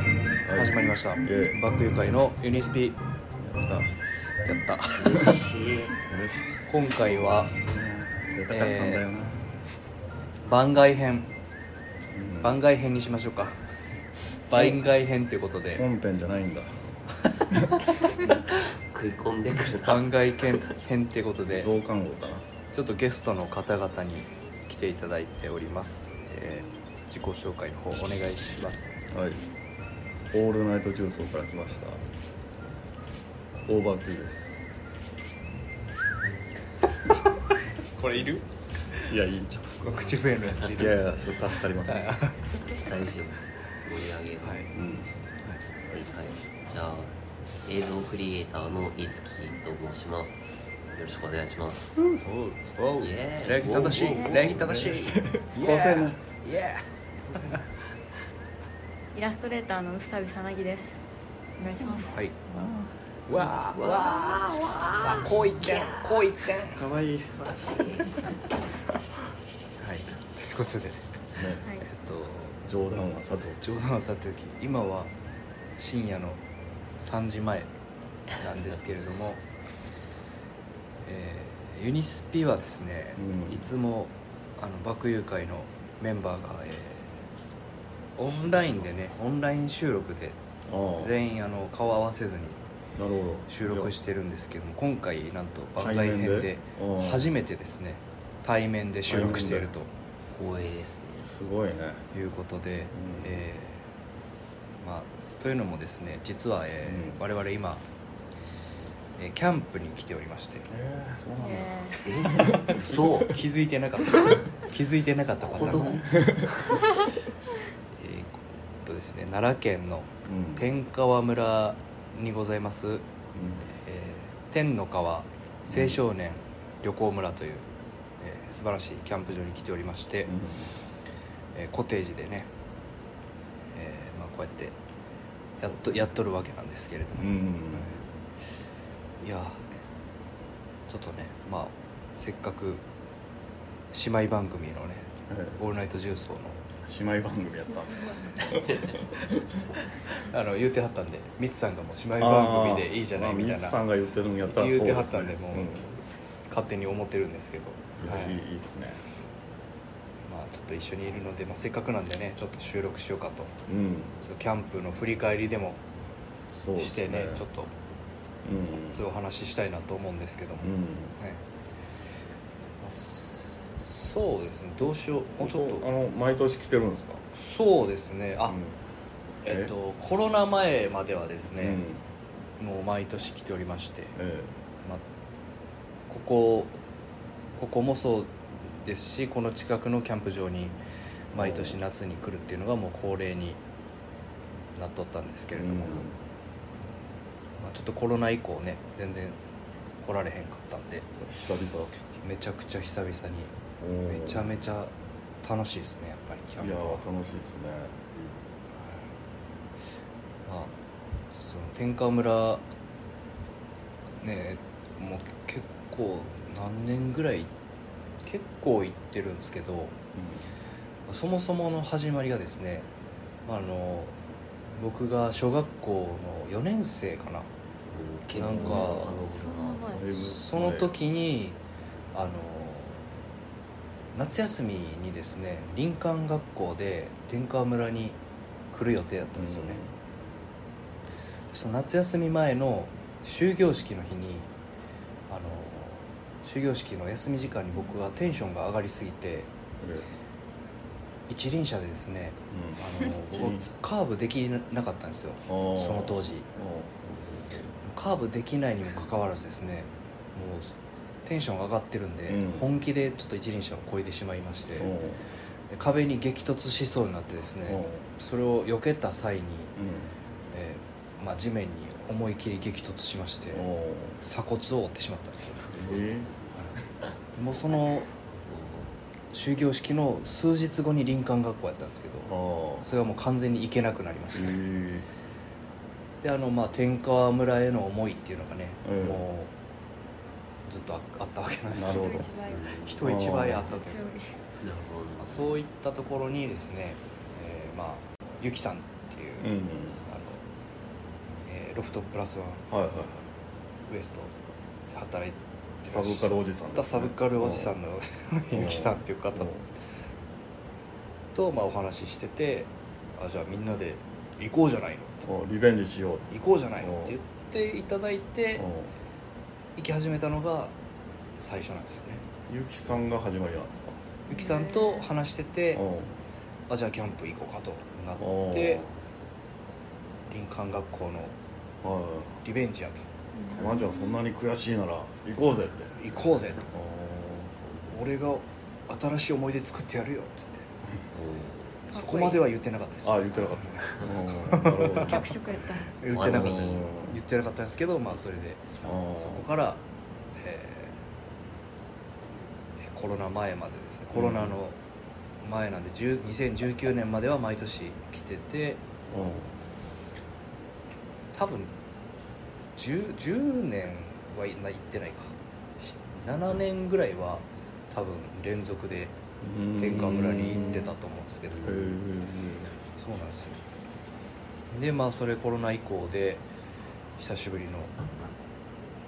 した、ええバックユー会のユニスピやったやった嬉しい 今回は出たかったんだよな、番外編うん番外編にしましょうか番外編ということで本編じゃないんだ食い込んでくるな番外編編ってことで増刊号だなちょっとゲストの方々に来ていただいております、えー自己紹介の方お願いしますはい「オールナイト重曹」から来ましたオーバーキューですこれいるいやいいんちゃ口笛のや ついういるやいやそれ助かりますは大事です盛り上げるはいはい、うんじゃあ映像クリエイターのいつきと申しますよろしくお願いしますおうおうイエーイ礼儀正しいおうおう礼儀正しい構成ねイエイラストレーターの薄旅さなぎですお願いしますーイはいわあわあわあこう一点こう一点かわいいねマジはいということではえいっと冗談は佐藤冗談はさておき今は深夜の3時前なんですけれど も、えーユニスピはですね、うんいつもあの爆友会のメンバーが、えーオンラインでねオンライン収録でああ全員あの顔合わせずになるほど収録してるんですけども今回なんと番外対面で編でうん初めてですね対面で収録していると光栄ですねすごいねいうことで、えーまあ、というのもですね実は、えーうん我々今、えーキャンプに来ておりましてええそうなんだえそう気づいてなかった 気づいてなかったパターン えーとですね奈良県のうん天川村にございます、えー天の川青少年旅行村という、えー素晴らしいキャンプ場に来ておりまして、うんえーコテージでね、えーまあ、こうやってやっとやっとるわけなんですけれども、うんいやちょっとねまあせっかく姉妹番組のねえ「オールナイト重曹のえ姉妹番組やったんですかあの言うてはったんでミツさんがもう姉妹番組でいいじゃないみたああいミツさんなが言ってるんやったら言うそうてはでっすたんねでもう、うん勝手に思ってるんですけど、いはいやいいいいっすねまあ、ちょっと一緒にいるので、まあ、せっかくなんでねちょっと収録しようかとうんちょっとキャンプの振り返りでもそうですしてねちょっとうんそういうお話ししたいなと思うんですけども、うんはいまあそそうですねどうしようもうちょっあとの毎年来てるんですかそうですねあ、うんえっとコロナ前まではですうねん、もう毎年来ておりまして、えまあ、ここここもそうですしこの近くのキャンプ場に毎年夏に来るっていうのがもう恒例になっとったんですけえれども、まあ、ちょっとコロナ以降ね全然来られへんかったんでうん久々めちゃくちゃ久々におめーちゃめちゃ楽しいですねやっぱりキャンいプやはー楽しいですねまあその天川村ねもう結構何年ぐらい結構行ってるんですけどそもそもの始まりがですねまああの僕が小学校の4年生かなうん結構なんかー、そんな前だいぶその時にあの夏休みにですね林間学校で天川村に来る予定だったんですよね、その夏休み前の終業式の日にあの終業式の休み時間に僕はテンションが上がりすぎてうんええ一輪車でですねあの一僕輪車カーブできなかったんですよそその当時時カーブできないにもかかわらずですねもうテンションが上がってるんで、うん本気でちょっと一輪車をこいでしまいましてで壁に激突しそうになってですねそれを避けた際に、えーまあ、地面に思い切り激突しまして鎖骨を折ってしまったんですよえもうその終業式の数日後に林間学校やったんですけあどーそれはもう完全に行けなくなりましえた、えであのまあ天川村への思いっていうのがね、うんもうずっとああったわけなんですなるほど人一倍人一倍あったわけです強よいなるほまあどそういいったところにですね、えーまあゆきさんっていう、うんあのロフトプラスワンはいはいはいウエストで働いてサブカルおじさんですね、たサブカルおじさんのゆきさんっていう方うんとまあお話ししててあじゃあみんなで行こうじゃないのとうんリベンジしようって行こうじゃないのうんって言っていただいてう行き始めたのが最初なんですよねんゆきさんが始まりなんですかゆきさんと話しててうんあじゃあキャンプ行こうかとなうんって林間学校のはリベンジやといかまちゃんそんなに悔しいなら行こうぜって行こうぜとう俺が新しい思い出作ってやるよって言ってかっこいいそこまでは言ってなかったですんあ言ってなかったねうんなるほど脚色やった言ってなかったですうん言ってなかったんですけどまあそれであそこから、えーコロナ前までですねコロナの前なんで10 2019年までは毎年来ててーうん多分 10, 10年はいな行ってないかし7年ぐらいは多分連続で天下村に行ってたと思うんですけどへーそうなんですよでまあそれコロナ以降で久しぶりの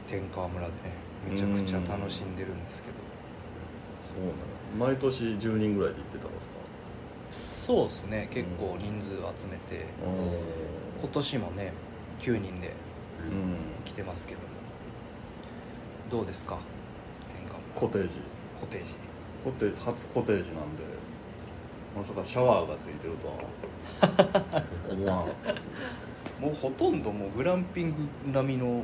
天川村でねめちゃくちゃ楽しんでるんですけどそうなの毎年10人ぐらいで行ってたんですかそうですね結構人数集めて今年もね9人でうん来てますけどもどうですか天川コテージコテージコテ初コテージなんでまさかシャワーがついてるとは 思わなかったですよもうほとんどもうグランピング並みのうん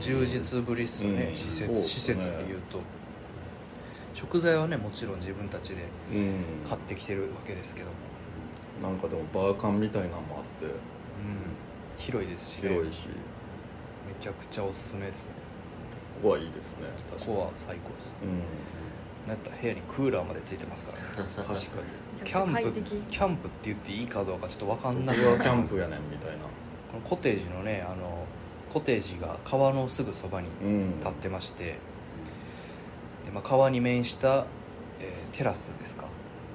充実ぶりっすよね、うん施そうっ設すね施設でいうと食材はねもちろん自分たちでうん買ってきてるわけですけども、なんかでもバーカンみたいなのもあってうん、広いですし、ね、広いしめちゃくちゃおすすめですねここはいいですね確かこにこは最高ですうんなんやったら部屋にクーラーまでついてますからね確かにキャ快ンプ適キャンプって言っていいかどうかちょっと分かん僕なはくキてこャンプやねんみたいなのコテージのねあのコテージが川のすぐそばにうん立ってまして、でまあ、川に面した、えーテラスですか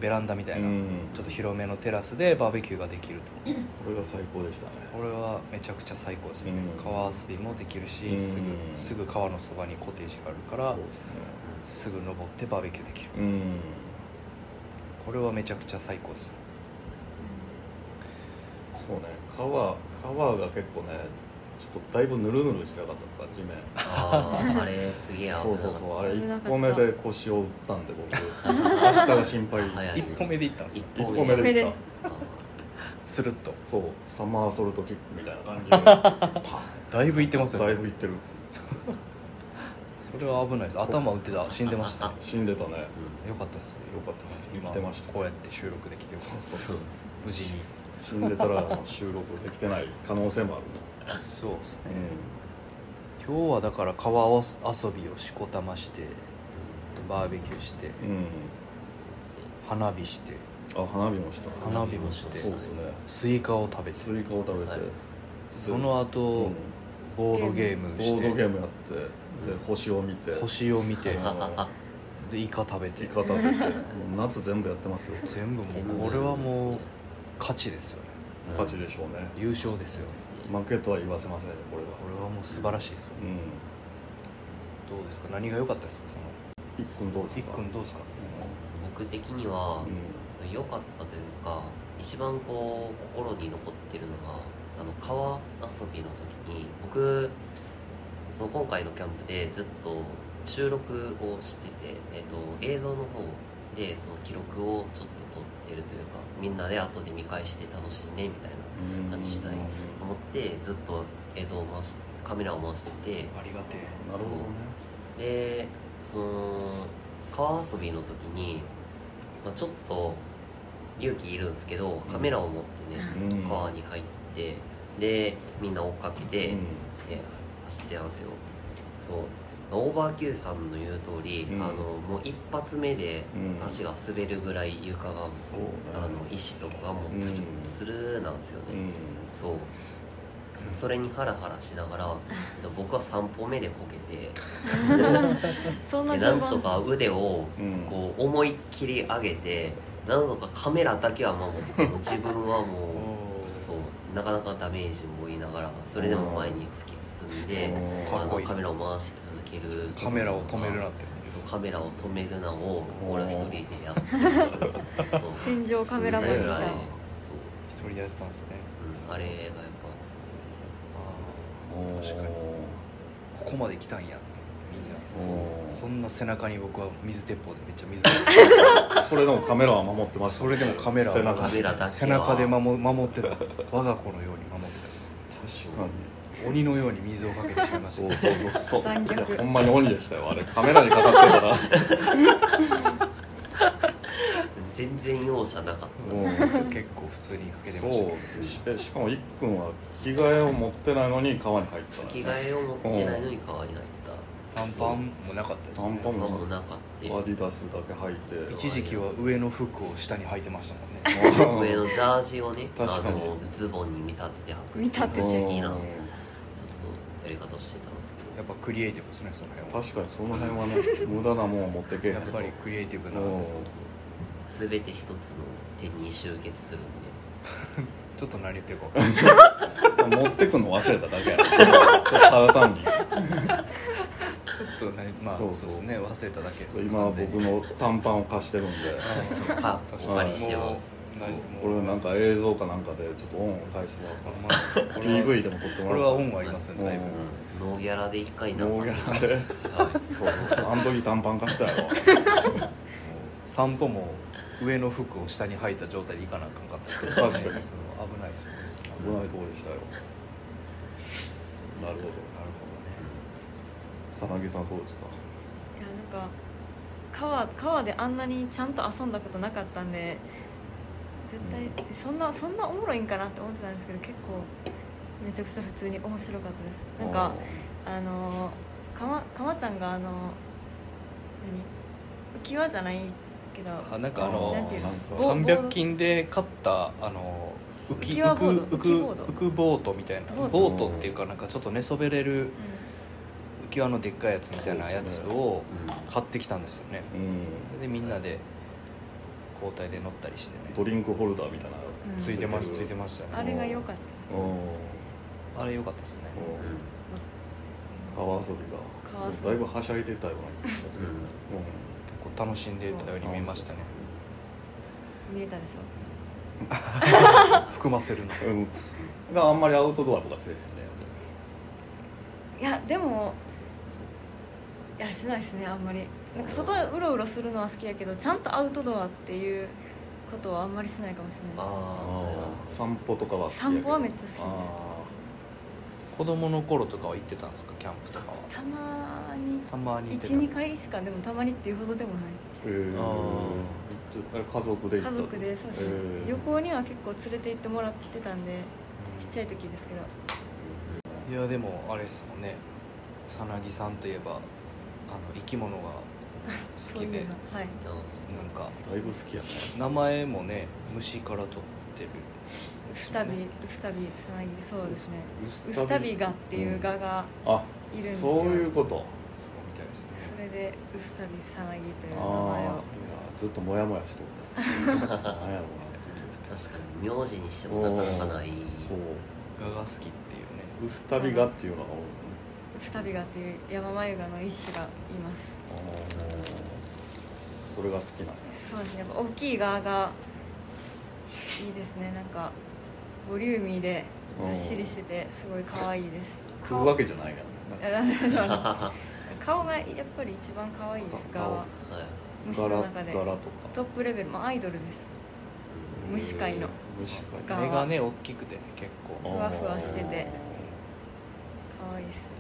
ベランダみたいな、うんちょっと広めのテラスでバーベキューができるとこれが最高でしたねこれはめちゃくちゃ最高ですね、うん川遊びもできるし、うんすぐすぐ川のそばにコテージがあるからそうですねすぐ登ってバーベキューできるうんこれはめちゃくちゃ最高ですよそうね川川が結構ねちょっとだいぶぬるぬるしてなかったですか地面あーあれすげえ危なそうそうそうあれ危なかっ1た歩目で腰を打ったんで僕 明日が心配早い一歩目で行ったんですよ1歩目一歩目でで打っスルッとたそうサマーソルトキックみたいな 感じでパだいぶ行ってますンよだいぶいってるそれは危ないです頭打ってた死んでましたね死んでたねよかったですよよかったです今生きてましたこうやって収録できてよかったそうそうそう無事に死んでたらあの収録できてない可能性もあるねそうですね今日はだから川遊びをしこたましてバーベキューしてうん花火してあ花火もした花火もしてそうですねスイカを食べてスイカを食べて、はいでその後、うんボードゲームしボーてドゲームやってで星を見て星を見て あでイカ食べのてイカ食べてもう夏全部やってますよ全部全部もうこれはもう勝ちですよね勝ちでしょうね優勝ですよ負けとは言わせませんよこれはこれはもう素晴らしいですようんどうですか何が良かったですかそ一君どうですのいっかくんどうですか僕的にはう良かったというか一番こう心に残ってるのがあの川遊びの時に僕その今回のキャンプでずっと収録をしてて、えっと映像の方でその記録をちょっと撮ってるというかみんなで後で見返して楽しいねみたいなん感じしたいうんと思ってずっと映像を回しカメラを回しててありがてなるほどねでその川遊びの時に、まあ、ちょっと勇気いるんですけどカメラを持ってね、うん川に入ってでみんな追っかけて、うんえー走ってたんですよそうオーバー Q さんの言う通り、うんあのもう一発目でうん足が滑るぐらい床が、そうねあの石とかがもうつるうんつるなんですよね、うんそうそれにハラハラしなが らで僕は3歩目でこけてそんなで序なん盤とか腕をうんこう思いっ きり上げてなんとかカメラだけは守っても自分はえもうそうなかなかダメージを負いながらそれでも前に突き進んでうんあかっのこいいカメラを回し続けるカメラを止めるなってそうカメラを止めるなを俺は一人でやって そう戦場カメラマンみたいそれぐらい一人でやってたんですねそう、うん、あれがやっあおー確かにーここまで来たんやってみんなおーそんな背中に僕は水鉄砲でめっちゃ水 鉄それでもカメラは守ってま砲したそれでもカメラ背中をカメラだけは背中で守守ってた我が子のように守って確かにた鬼のように水をかけてしまいましそたうそうそうそう残虐いやほんまに鬼でしたよあれカメラに語ってたらぱ全然容赦なかっうん結構普通にかけてそましたねうししかもいっくんは着替えを持ってないのに川に入ったた、着替えを持ってないのに川に入った短パンもなかったですね短パンそうまあもうなかアったディダスだけ履いて一時期は上の服を下に履いてましたもんね上のジャージをねあ確かにのズボンに見立てて履く見立て不て思議なちうんょっとやり方をしてたんですけやっぱクリエイティブですねその辺は確かにその辺はね無駄なもんは持ってけえへんやっぱりクリエイティブなうんど全て一つの点に集結するんで ちょっと何言ってる か分かんない持ってくの忘れただけやろちょっとただ単にちょっと何まあそでそううそうすね忘れただけです今は僕の短パンを貸してるんでか確おかに借りしてますもう何もうこれなんか映像かなんかでちょっと音を返してもらおうかまあなこれは PV でも撮ってもこられおはうかな恩ありますよねだいぶうんノーギャラで一回なんかノーギャラではいそうそうあの時短パン貸したやろ散歩も上の服を下に履いた状態で行かなあかんかったですね確かにその危ないですね危ないとこでしたよなるなるほどさなぎさんどうですかいやなんか川川であんなにちゃんと遊んだことなかったんで絶対そんなそんなおもろいんかなって思ってたんですけど結構めちゃくちゃ普通に面白かったですなんかあのかまかまちゃんがあの何浮き輪じゃないけどほどねあなんかあのなんていうのなんかボー300均で買ったあの浮き浮き輪浮ボーく浮ドく浮きボード浮くボートみたいなボートボートっていうかなんかちょっと寝そべれるう浮き輪のでっかいやつみたいなやつをうん買ってきたんですよねうんそれでみんなで交代で乗ったりしてねドリンクホルダーみたいなうんついてましたついてましたんあねれが良かったうんうんあれ良かったですね川遊び川遊びがだいぶはしゃいでたような気がするね結構楽しんでたように見えましたね見えたでしょ含ませるのうんうんだからあんまりアウトドアとかせえへんねいやでもいやしないですねあんまりなんか外うろうろするのは好きやけどちゃんとアウトドアっていうことはあんまりしないかもしれないでああ散歩とかは好きやけど散歩はめっちゃ好きあ子供の頃とかは行ってたんですかキャンプとかはすたまにたまに行ってた12回しかでもたまにっていうほどでもないーへえあーえ家族で行った家の族でそうですねへえ旅行には結構連れて行ってもらってたんでちっちゃい時ですけどいやでもあれですもんねさなぎさんといえばあの生き物が好そういきうで のはいなんかだいぶ好きやね名前もね虫から取ってるウスタビウスタビさなぎそうですねウスウスタビガっていうガがあいるんですよそういうことそうみたいですねそれでウスタビさなぎという名あ前あいをやずっとモヤモヤしと ったなんやろうなっていう確かに名字にしてもなかなかないそう蛾が好きっていうねウスタビガっていうのが多いねスタビガっていう山眉ガの一種がいますあーそれが好きなのそうですねやっぱ大きいガがいいですねなんかボリューミーでずっしりしててすごい可愛いです食うわけじゃないからねいやだから顔がやっぱり一番可愛いですかガははい虫柄の柄中でとかトップレベル、まあ、アイドルです虫飼いの虫飼いガ目がね大きくてね結構ふわふわしてあて可愛いです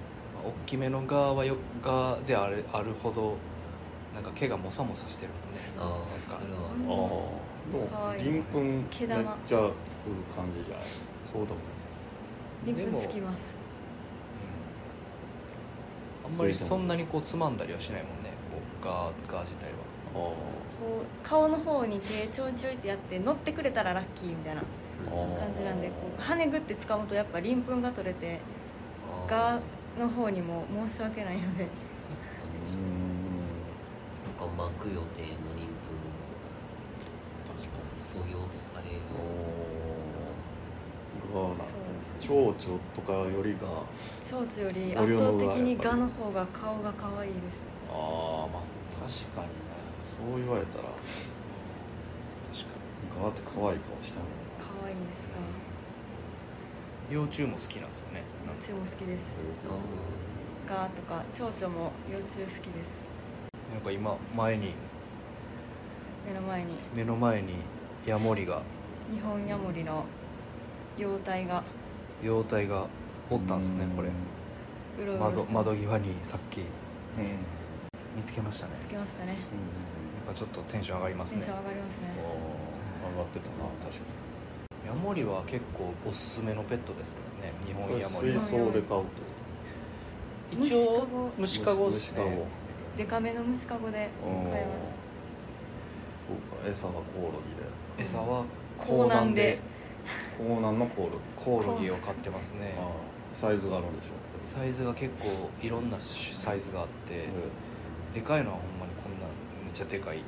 大きめの蛾はよ蛾であれあるほどなんか毛がモサモサしてるもんねあなんあかそれうはーあんーでも鱗粉めっ毛ち玉ゃ作る感じじゃないそうだもんリでッもプつきますうんあんまりそんなにこうつまんだりはしないもんねこうガーガー自体はあこう顔の方に手ちょいちょいってやって乗ってくれたらラッキーみたいなー感じなんでこう羽グって掴むとやっぱ鱗粉が取れてガの方にも申し訳ないのでうーんなんか巻く予定のリン確かプをそぎ落とされるにおーそう蝶々とかよりが蝶々より俺の方がや圧倒的にっぱ蛾りの方が顔が可愛いですああまあ確かにねそう言われたら確かガーって可愛い顔したもんな可愛いですがに幼虫も好きなんですよねなんうかちも好きです蛾とか蝶々も幼虫好きですなんか今前に目の前に目の前にヤモリが日本ヤモリの幼体が幼体がおったんですねこれうろうろ窓窓つ際にさっきうん見つけましたねきましたねやっぱちょっとテンション上がりますテンねション上がりますねあー上がってたな確かヤモリは結構おすすめのペットですけどね日本にヤモそリれは水槽で買うと一応虫虫かかごごっですすねねデカめの虫かごでうん買いますそうか餌はコオロギで餌は高南で江南のコオロギコオロギを飼ってますねああサイズがあるんでしょサイズが結構いろんな種サイズがあって、でかいのはほんまにこんなめっちゃでかい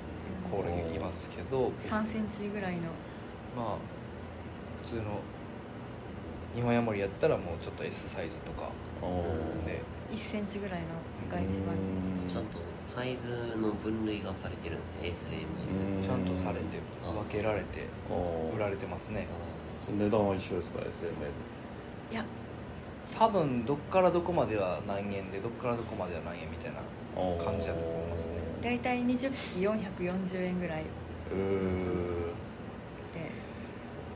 コオロギいますけど3センチぐらいのまあ普通の日本ヤモリやったらもうちょっと S サイズとかうんで1センチぐらいのが一番うんちゃんとサイズの分類がされてるんですね SM うんちゃんとされてうん分けられてあー売られてますねその値段は一緒ですか SML いや多分どっからどこまでは何円でどっからどこまでは何円みたいなあー感じだと思いますねだいたい20匹440円ぐらいでえー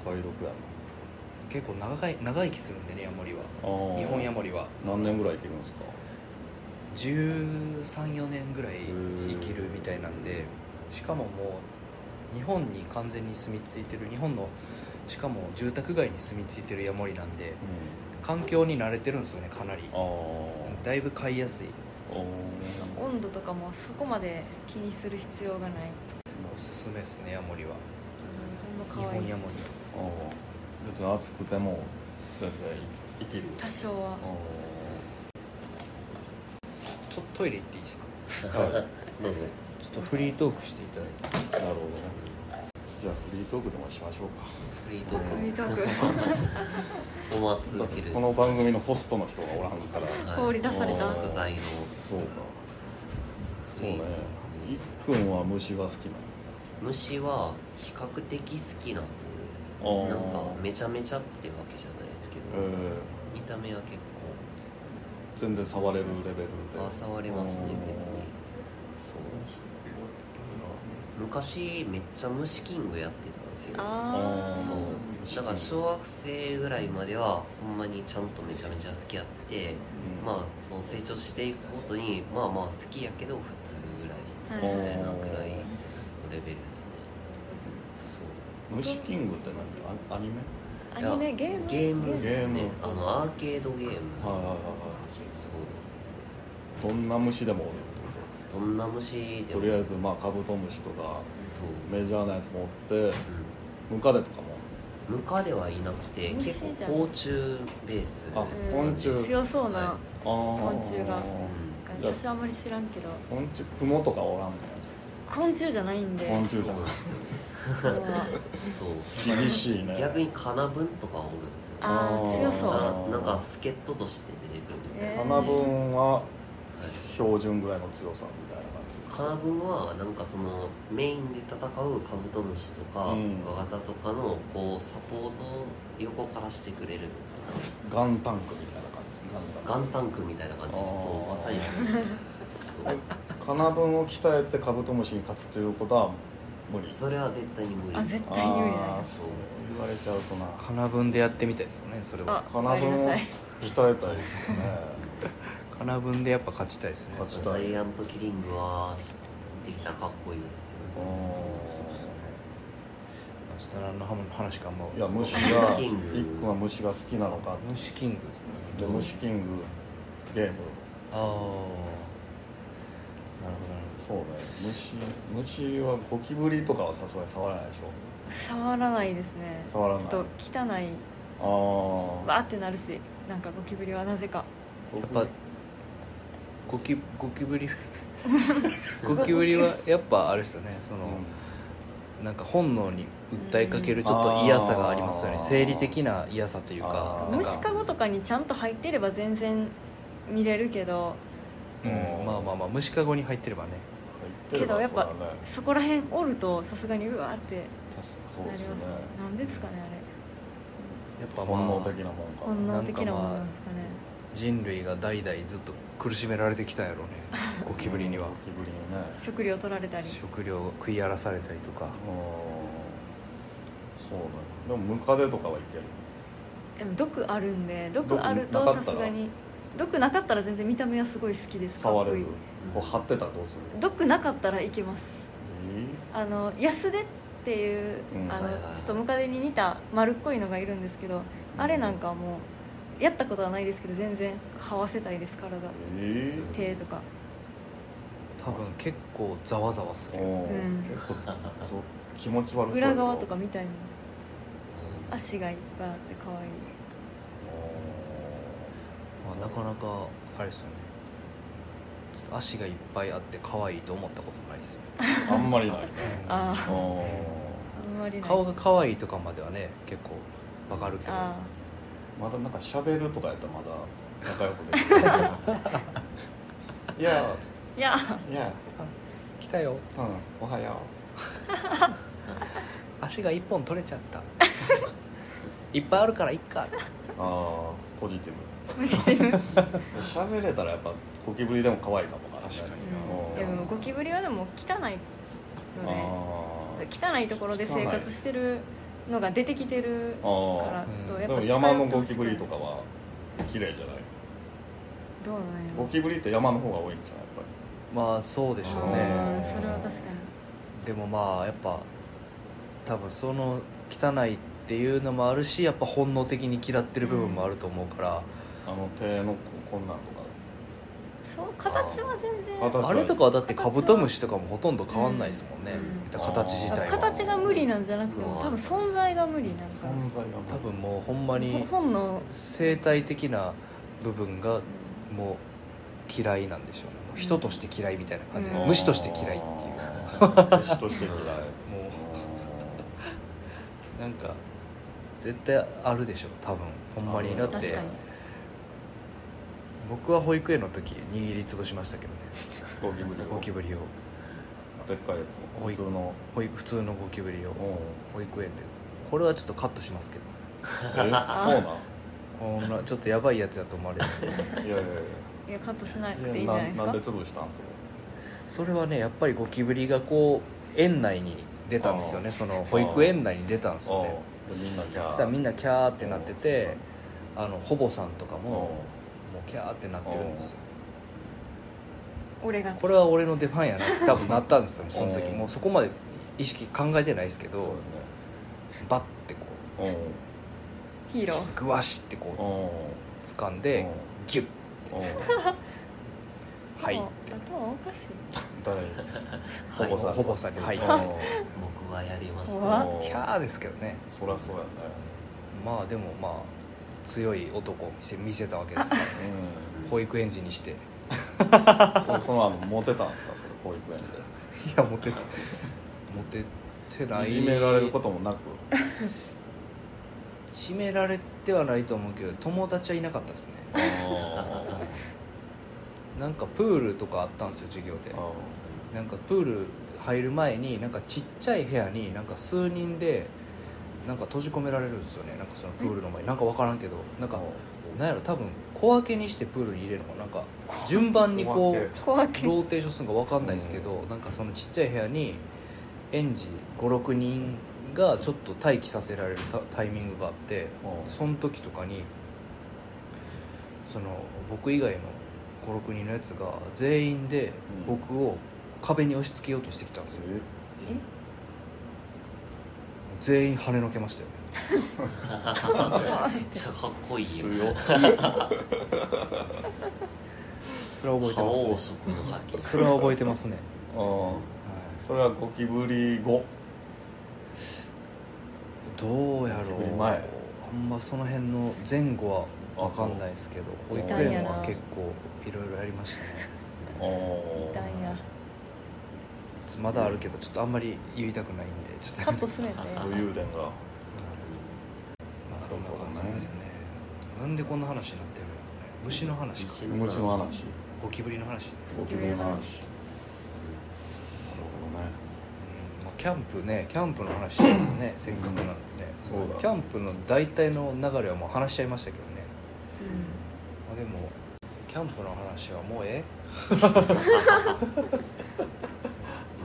お買い得やな結構長い長生きするんでねヤモリはあー日本ヤモリは何年ぐらい生きるんですか134年ぐらい生きるみたいなんでしかももう日本に完全に住み着いてる日本のしかも住宅街に住み着いてるヤモリなんで環境に慣れてるんですよねかなりあーだいぶ飼いやすいあー温度とかもそこまで気にする必要がないおすすめですねヤモリは日ほん本ま可愛いヤモリはあー別に暑くても全然生きる多少はあちょっとトイレ行っていいですかーはいどうぞちょっとフリートークしていただいてなるほどねじゃあフリートークでもしましょうかフリートフリーートーククを待つだっけてるこの番組のホストの人がおらんからはい放り出された食材のそうかそうねういんっくんは虫は好きな虫は比較的好きな方ですあーなんかめちゃめちゃってわけじゃないですけど、の、え見た目は結ー全然触れるレベル構であ触れますねうん別にそうなんか昔めっちゃ虫キングやってたんですよあーそうだから小学生ぐらいまではほんまにちゃんとめちゃめちゃ好きやってうんまあその成長していくことにまあまあ好きやけど普通ぐらいあはいおみたーいなぐらいのレベルですねそう虫キングって何アアニメアニメゲームゲームですゲーねムあのアーケードゲームはいはいはいはそういどんな虫でもどんな虫でともりあえずまあカブトムシとかそう、メジャーなやつ持ってうムカデとかもん、ムカデはいなくて虫結構じゃん甲虫ベースあうん昆虫強そうはないあー昆虫がうんなんか私はあんまり知らんけど昆虫クモとかおらんね昆虫じゃないんで昆虫じゃないこれ はそう厳しいね逆にカナブンとかおるんですよあー強そうななんか助っ人として出てくるみたい花な、え分ははい標準ぐらいの強さみたいな感じカナブンはなんかそのメインで戦うカブトムシとかうんクワガタとかのこうサポートを横からしてくれるガンタンクみたいな感じガンタンガンタンクみたいな感じであーすそう まさにそクカナブンを鍛えてカブトムシに勝つということは無理うそれは絶対に無理あ絶対に無理あだーそう言われちゃうとなカナブンでやってみたいですよねそれはあカナブンごめんをなさい鍛えたいですよねカナブンでやっぱ勝ちたいですね勝ちたいジャイアントキリングはできたらかっこいいですようちょっと何の話かあんまんいや虫が虫キング一個は虫が好きなのか虫キングで虫キングゲームああなるほどなるそうね虫虫はゴキブリとかはさすがに触らないでし触らないですね触らないちょっと汚いょあわーってなるしなんかゴキブリはなぜかほどあやっぱゴキゴキブリゴキブリはやっぱあれですよねその、うんなんか本能に訴えかけるちょっと嫌さがありますよねあー生理的な嫌さというかあーなん虫かごとかにちゃんと入ってれば全然見れるけどうん、まあまあまあ虫かごに入ってればね入ってればけどやっぱそうだねそこら辺おるとさすがにうわーって確かそうなでりすまよすねなんでですかねあれやっぱ、まあ、本能的なもんか本能的なものなんかまあなんですかね人類が代々ずっと苦しめられてきたんやろうねゴキブリにはゴキブリにね食料取られたり食料を食い荒らされたりとかうんそうだねでもムカデとかはいけるでも毒あるんで毒毒あるなかとったさらすがに毒なかったら全然見た目はすごい好きです触れるかっここう張ってたらどうするいい毒なかったらいけますえあの安出っていう、うんあのはいはいはいちょっとムカデに似た丸っこいのがいるんですけどあれなんかはもうやったことはないですけど全然這わせたいです体え手とか多分結構ざわざわすおるーうん結構つそう気持ち悪そう裏側とかおーみたいな足がいっぱいあって可愛いまあ、なかなかあれですよねちょっと足がいっぱいあって可愛いと思ったことないですよねあんまりないねああーーあんまりない顔が可愛いとかまではね結構わかるけどあまだなんか喋るとかやったらまだ仲良くできる いやーいやいや来たようんおはよ足が1本取れちゃった いっぱいあるからいっかうああポジティブ無視してる 喋れたらやっぱゴキブリでも可愛いかもわから確かうんでもゴキブリはでも汚いので汚いところで生活してるのが出てきてるあーからあーちょっとーやっでぱも山のゴキブリとかは綺麗じゃないどうなんやろゴキブリって山の方が多いんじゃないやっまあそうでしょうあねーそれは確かにでもまあやっぱ多分その汚いっていうのもあるしやっぱ本能的に嫌ってる部分もあると思うから、ぱりあの手のここんなんとかそう形は全然形あれとかはだってカブトムシとかもほとんど変わんないですもんね、うん言ったら形自体は形が無理なんじゃなくても多分存在が無理なんか存在が多分もうほんまに本能生態的な部分がもう嫌いなんでしょうねもう人として嫌いみたいな感じで、うん虫として嫌いっていういう 虫 として嫌いもうなんか絶対あるでしょ多分ほんまにだっ確てかに僕は保育園の時握りつぶしましたけどねゴキブリゴキブブリをでっかいやつお普い通の保育普通のゴキブリをおう 保育園でこれはちょっとカットしますけどえそうなんこんなちょっとやばいやつやと思われるんでいやいやいいやカットしなやくていいんじゃないですなかんで潰したんそれそれはねやっぱりゴキブリがこう園内に出たんですよねその保育園内に出たんですよねおうでみんなキャーそしたらみんなキャーってなっててあのほぼさんとかもおうもうキャーってなってるんですよ俺がこれは俺の出番やなって多分なったんですよ ねその時うんもうそこまで意識考えてないですけそうどバッてこだねヒーローうグワシってこおううおう掴んでギュッおうはい頭頭おかしい 誰にほはいぼさほぼさんにはいおう 僕はやりましうわたおキャーですけどねそりゃそうやねまあでもまあ強い男を見せ見せたわけです から保育園児にしていうんそ そのあのモテたんですかそれ保育園でやモテモテてないいじめられることともなくいじめられてはないと思うけど友達はいなかったですねなんかプールとかあったんですよ授業でなんかプール入る前になんかちっちゃい部屋になんか数人でなんか閉じ込められるんですよねなんかそのプールの前になんか分からんけどなんかなんやろ多分小分けにしてプールに入れるのかななんか順番にこう怖 けローテーションするのか分かんないですけど、なんかそのちっちゃい部屋に園児56人がちょっと待機させられるタタイミングがあってその時とかにその僕以外の56人のやつが全員でうん僕を壁に押し付けようとしてきたんですよ、え全員跳ねのけましたよね めっちゃかっこいいよ強っ それは覚えて覇ます王ね色の覇気それは覚えてますね、うんはいそれはゴキブリ後どうやろゴキブリう前あんまその辺の前後は分かんないですけどあそう保育園は結構いろいろやりましたねおいたんやそまだあるけどちょっとあんまり言いたくないんでちょっとカットするんや て武勇伝がまあそんな感じですねなんでこんな話になってるの虫の話か虫虫の話ゴキブリの話、ゴキブリの話なるほどねうんまあ、キャンプねキャンプの話ですよねせっかくなんでねそうだキャンプの大体の流れはもう話しちゃいましたけどね、まあ、でもキャンプの話はもうえ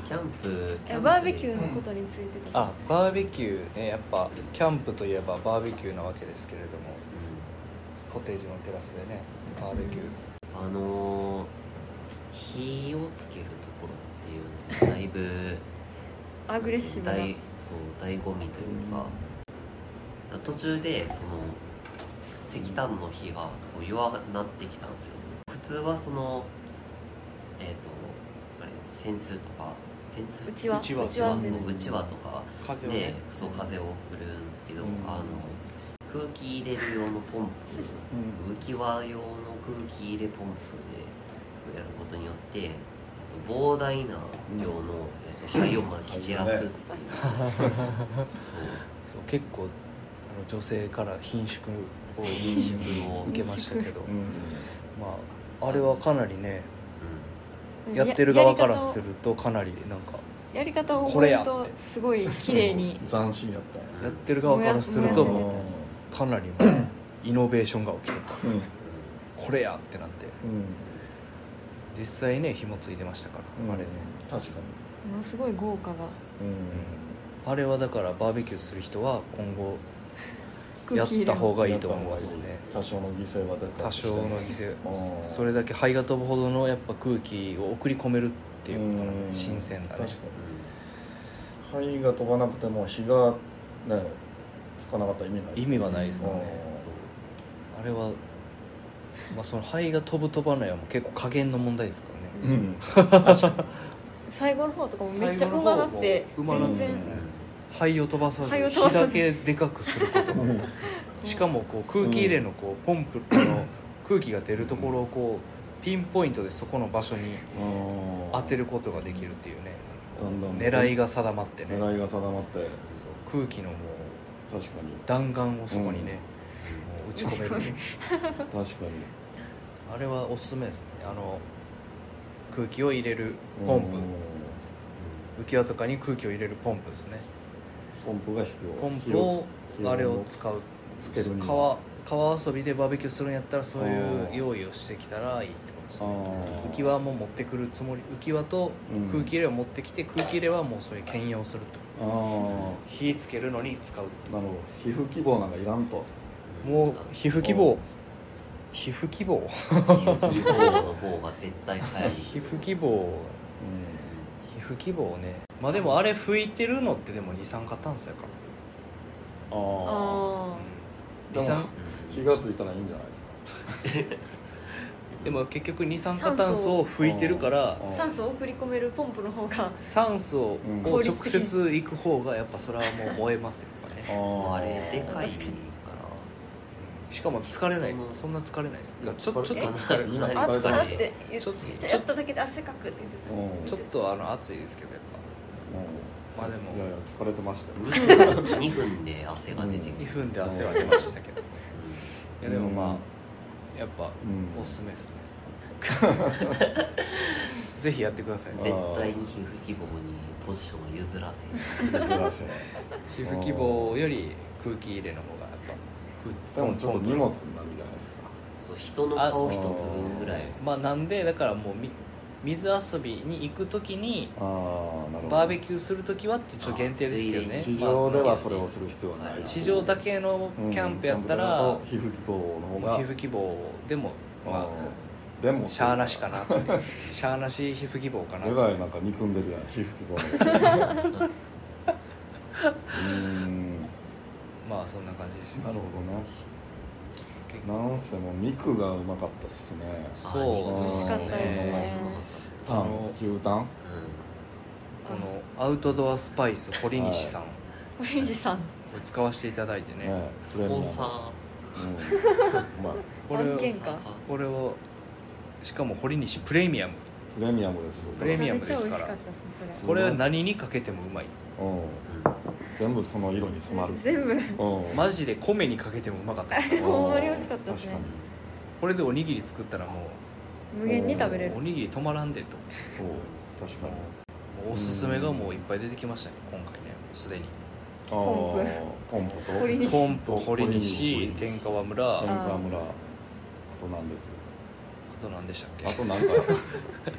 キャンプいキやャンプバーベキューのことについてとか、あバーベキューねやっぱキャンプといえばバーベキューなわけですけれどもコテージのテラスでねバーベキューうんあのー火をつけるところっていうのがだいぶ アグレッシブなだいそう醍醐味というか、途中でその石炭の火がこう弱くなってきたんですよ普通はそのえっ、とあれ扇子とか扇子うちわうちわうちそわうってうちわとか風でそう風を送るんですけど、うんあの空気入れる用のポンプ、そう浮き輪用の空気入れポンプでそうやることによってえっと膨大な量の、えっと灰をまき散らすっていう、そうそう結構あの女性から顰蹙を品種を、うん受けましたけど、うんまああれはかなりねうんやってる側からするとかなりなんかやり方をこ覚れえやるとすごい綺麗に斬新やったよやってる側からするともやももうかなりもうイノベーションが起きてたうんうんこれやってなって実際ね紐ついてましたから、うんあれね、確かものすごい豪華がにあれはだからバーベキューする人は今後や空っ気入れたも方がいいと思いますね多少の犠牲は出た多として少もの犠う牲んそれだけ肺が飛ぶほどのやっぱ空気を送り込めるっていうことなのうでん新鮮だね確かに肺が飛ばなくても火がねつかなかったら意味ない意味がないですもんねうんそうあれは、まあ、その肺が飛ぶ飛ばないはもう結構加減の問題ですからねうん最後の方とかもめっちゃ馬だって最後の方も馬な全然ん肺を飛ばさず肺を飛ば火さだずけでかくすること うんしかもこう空気入れのこうポンプの空気が出るところをこうピンポイントでそこの場所に当てることができるっていうねだんだん狙いが定まってね狙いが定まって空気のもう確かに弾丸をそこにね、もう打ち込める確かにあれはおすすめですねあの空気を入れるポンプうん浮き輪とかに空気を入れるポンプですねポンプが必要ポン火プをつあれを使うつけるには川川遊びでバーベキューするんやったらそういう用意をしてきたらいいってことですあねー浮き輪も持ってくるつもり浮き輪とうん空気入れを持ってきて、空気入れはもうそういう兼用するとあー火つけるのに使うなるほど皮膚希望なんかいらんともう皮膚希う望ん皮膚希望皮膚希望の方が絶対早い皮膚希望皮膚希望ねまあでもあれ吹いてるのってでも二酸化炭素やからああ二でも酸あ火がついたらいいんじゃないですかでも結局二酸化炭素を吹いてるからあ酸素を送り込めるポンプの方が酸素をうん直接行く方がやっぱそれはもう燃えますよやっぱねあもうーあれでかい確かかにらしかも疲れないうんそんな疲れないですいやちょちょっと疲れ疲れるみんな疲れ暑てくるなっしって言っちょっとてやっただけで汗かくって言ってうんたちょっとあの暑いですけどやっぱまあでうんいやいもや疲れてましたよ2分 ,2 分で汗が出てく2る、分で汗は出ましたけどいやでもまあやっぱうんおすすめですね ぜひやってくださいうんね絶対に皮膚希望にポジションを譲らせない珍 しい皮膚希望より空気入れの方がやっぱで空も気ちょっと荷物になるじゃないですかそう人の顔一つ分ぐらいまあなんでだからもうみ水遊びに行く時にああなるほどバーベキューする時はってちょっと限定ですけどねあー地上でまはあそれをする必要はない地上だけのうんキャンプやったキャらンプだと皮膚希望の方まあが皮膚希望でもまあーでもあしゃあなしかな っていうしゃあなし皮膚希望かなえらいなんか憎んでるやん皮膚希望うーんなまあそんな感じでするほどねなんせもう肉がうまかったっすねそう美味しかったですねタン牛タンこのアウトドアスパイス堀西さんをオレンジさん使わせていただいてね、ねスポンサーーうんうまいこれ案を件かこれをしかも堀西プレミアムプレミアムですよプレミアムめちゃめちゃ美味しかったでですすかそこれは何にかけてもうまいうん全部その色に染まるれ全部うんマジで米にかけてもうまか ったですうんほんまに美味しかったですね確かにこれでおにぎり作ったらも無限に食べれるうおにぎり止まらんでとそう確かにもうおすすめがもういっぱい出てきましたね今回ねすでにあーポンプと堀西コンプ堀西堀西天川村天あ川村あと何ですと何でしたっけああと何か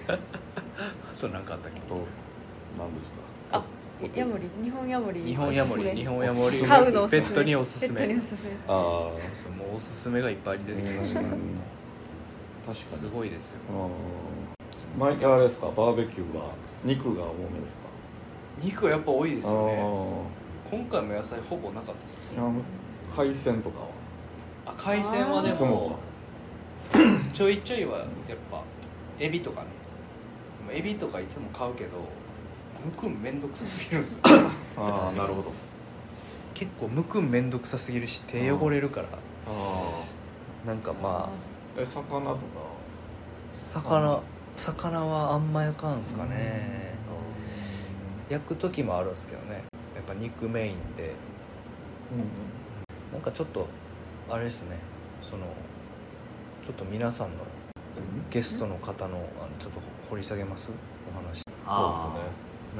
あと何かあったっけと何ですかあヤモリ日本ヤモリ日本ヤモリ日本ヤモリ買うのおすすペめットにおすすペットめにおすすめああそうもうおすすめがいっぱい出てきました確かからにすごいですようん毎回あれですかバーベキューは肉が多めですか肉はやっぱ多いですよねあ今回も野菜ほぼなかったですよねーいや海鮮とかはあ海鮮はでいつももちょいちょいはやっぱエビとかねでもエビとかいつも買うけどむくんめんどくさすぎるんですよああなるほど結構むくんめんどくさすぎるし手汚れるからあなんかまああえ魚とか魚魚はあんま焼かんすかね焼く時もあるんですけどねやっぱ肉メインでうんなんかちょっとあれですねそのちょっと皆さんのゲストの方のあのちょっと掘り下げますお話そうですね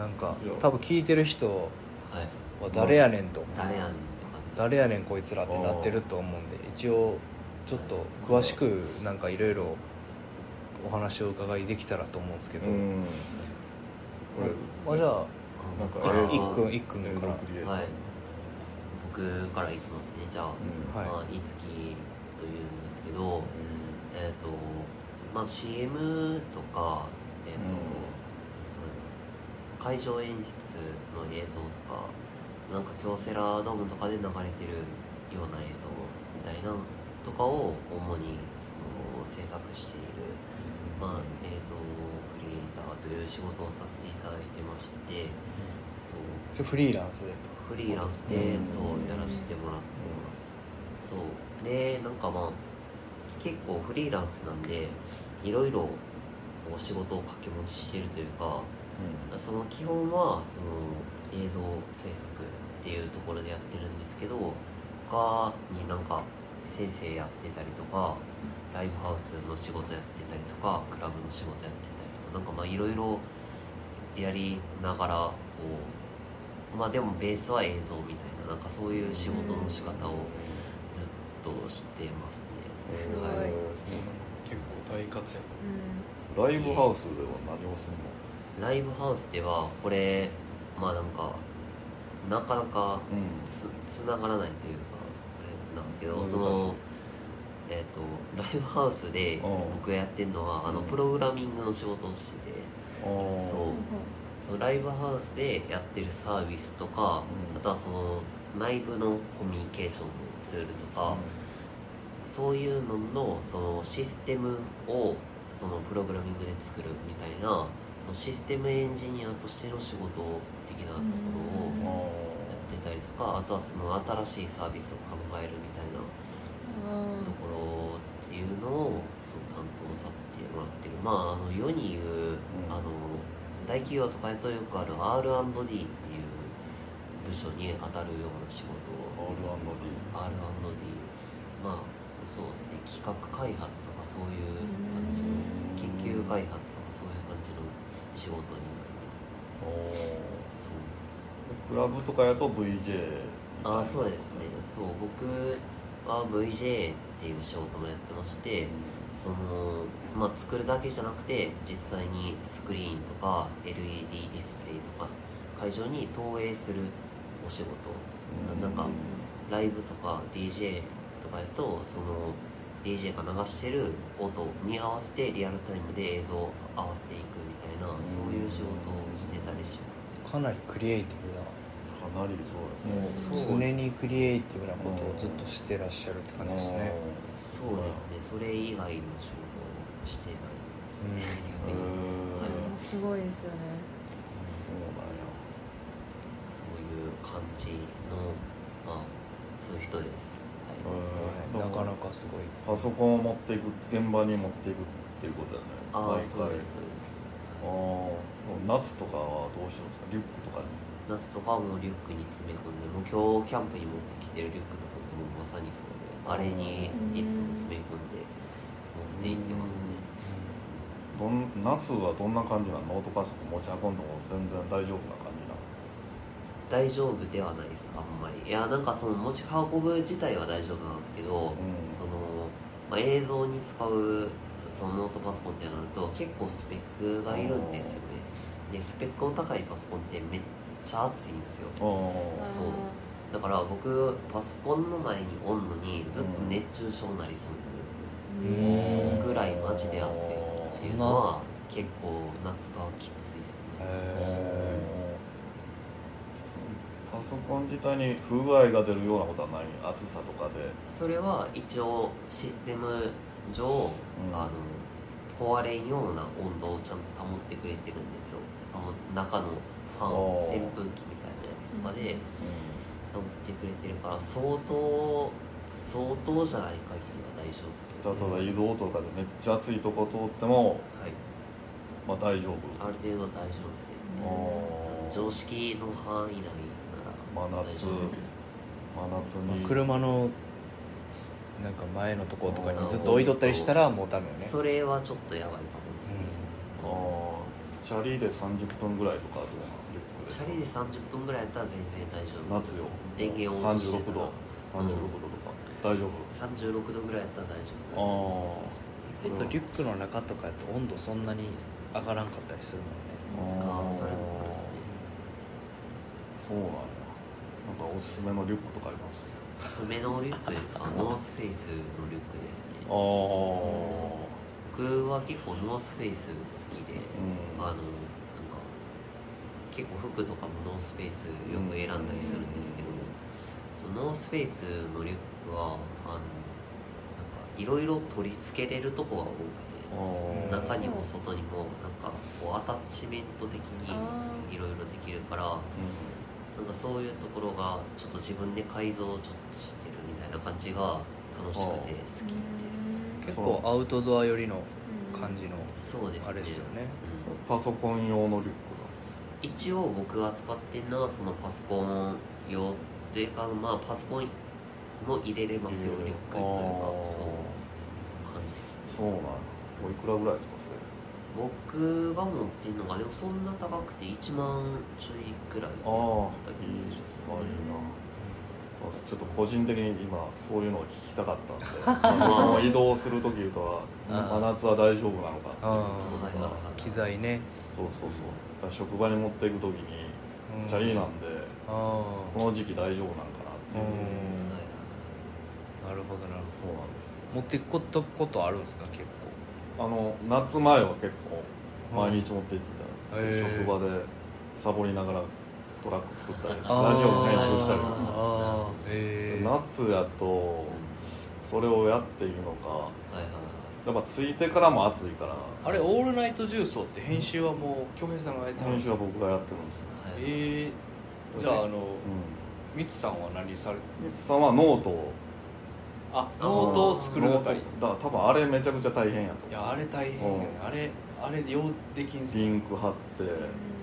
なんかじゃあ多分聞いてる人すねははい誰やねんと誰やねんって感じ誰やねんこいつらってなってると思うんで一応ちょっと詳しくなんかいろいろお話を伺いできたらと思うんですけど、うんあじゃあなんかあ映像一君一これ君映か像らクリエイターはい僕からいきますねじゃあ、うんはいまあ、いつきというんですけどえっ、とまあ CM とかえっ、うと、んその会場演出の映像とかなんか京セラドームとかで流れてるような映像みたいなのとかを主にその制作しているまあ、映像クリエイターという仕事をさせていただいてましてそうそれフリーランスでフリーランスうでんそうやらせてもらってますそうでなんかまあ結構フリーランスなんでいろいろお仕事を掛け持ちしてるというかその基本はその映像制作っていうところでやってるんですけど他になんか先生やってたりとかライブハウスの仕事やってたりとかクラブの仕事やってたりとかなんかまあいろいろやりながらこうまあでもベースは映像みたいななんかそういう仕事の仕方をずっとしてますね。うんはいえ結構大活躍ーライブハウスでは何をするのライブハウスではこれまあなんかなかなかうんつつながらないというかあれなんですけど難しいそのえっ、とライブハウスでうん僕がやってるのはあのうんプログラミングの仕事をしててそそうそのライブハウスでやってるサービスとか、うんあとはその内部のコミュニケーションのツールとか、そういうののそのシステムをそのプログラミングで作るみたいなそのシステムエンジニアとしての仕事的なところをうんあやってたりとかあとはその新しいサービスを考えるみたいなところっていうのをその担当させてもらってるまああの世に言う、んあの大企業とかやとよくある R&D っていう部署に当たるような仕事を R&D R&D まあそうですね企画開発とかそういう感じの研究開発とかそういう感じの仕事になりますおーそクうラブとかやと VJ あーそうですねそう僕は VJ っていう仕事もやってましてそのまあ作るだけじゃなくて実際にスクリーンとか LED ディスプレイとか会場に投影するお仕事うんなんかライブとか DJ とかやとその DJ が流してる音に合わせてリアルタイムで映像を合わせていくみたいなそういう仕事をしてたりしますかなりクリエイテかなりそうですねィそブうなです常にクリエイティブなことをずっとしてらっしゃるって感じですねそうですねそれ以外の仕事をしてないですね、へ逆ーにすごいですよねそそういう感じのまあそういう人ですうはないなんやかなかかすごいパソコンを持っていく現場に持っていくっていうことやねああ毎回そうですそうですああ夏とかはどうしてるんですかリュックとかに夏とかはもうリュックに詰め込んでもう今日キャンプに持ってきてるリュックとかももうまさにそうであれにいつも詰め込んで持って行ってますねどん夏はどんな感じなのノートパソコン持ち運んでも全然大丈夫な感じなの大丈夫ではないですあんまりいやなんかその持ち運ぶ自体は大丈夫なんですけど、その、まあ、映像に使うそのノートパソコンってなると結構スペックがいるんですよねでスペックの高いパソコンってめっちゃ熱いんですよあそうだから僕パソコンの前におんのにずっと熱中症になりそうになるんですようんそのぐらいマジで暑いっていそうのんなは結構夏場はきついですねへそうパソコン自体に不具合が出るようなことはない暑さとかでそれは一応システム上、うんあの壊れんような温度をちゃんと保ってくれてるんですよその中のファンおー扇風機みたいなやつとかでう保ってくれてるから相当相当じゃない限りは大丈ん、夫ただ移動とかでめっちゃ暑いとこ通っても、はい、まあ、大丈夫ある程度はあ大丈夫ですねー常識の範囲内なら真夏大丈夫真夏まにあ車のなんか前のとことかにずっと置いとったりしたらもうダメよねそれはちょっとやばいかもですね、あーチャリで30分ぐらいとかどうなのリュックでチャリで30分ぐらいやったら全然大丈夫で夏すよ電源を落として36たら度36度とか、大丈夫36度ぐらいやったら大丈あ夫ーえっとリュックの中とかやと温度そんなに上がらんかったりするもんあああーそれもあるっすそねうなんやなんかおすすめのリュックとかあります爪のリュックですかノースフェイスのリュックですねああう僕は結構ノースフェイス好きで、うんあのなんか結構服とかもノースフェイスよく選んだりするんですけど、そのノースフェイスのリュックはあのなんかいろいろ取り付けれるとこが多くて、ん中にも外にもなんかこうアタッチメント的にあーいろいろできるからなんかそういうところがちょっと自分で改造をちょっとしてるみたいな感じが楽しくて好きですね結構アウトドア寄りの感じのそうですねあれですよねうんパソコン用のリュック一応僕が使ってるのはそのパソコン用っていうかまあパソコンも入れれだますよリュックというかあーそう感じですそうなんやおいくらぐらいですかそれ僕が持ってるのがでもそんな高くて1万ちょいくらいだああったい気いでがすすねるあいいなすいませんちょっと個人的に今そういうのを聞きたかったんでまあその移動する時とはあー真夏は大丈夫なのかっていうはいはいはい機材ねそうそうそうだから職場に持っていく時にチャリななんであこの時期大丈夫なんかなっあていううんはないるほどなるほそうなんですよど持っていくことことあるんですか結あの夏前は結構構毎日持って行ってた、へー職場でサボりながらトラック作ったりあーラジオの編集したりとあかあええ夏やとそれをやっているのかはいはいはいやっぱ着いてからも暑いからあれ「オールナイト重曹」って編集はもう恭平さんがやってはるん編で集すはか僕がやってるんですよ、はいはいええじゃああのうミツさんは何されん、西さんはノートをあノートを作るノート係だから多分あれめちゃくちゃ大変やとい思うやあれ大変やねうあれあれようできんすよリンク貼って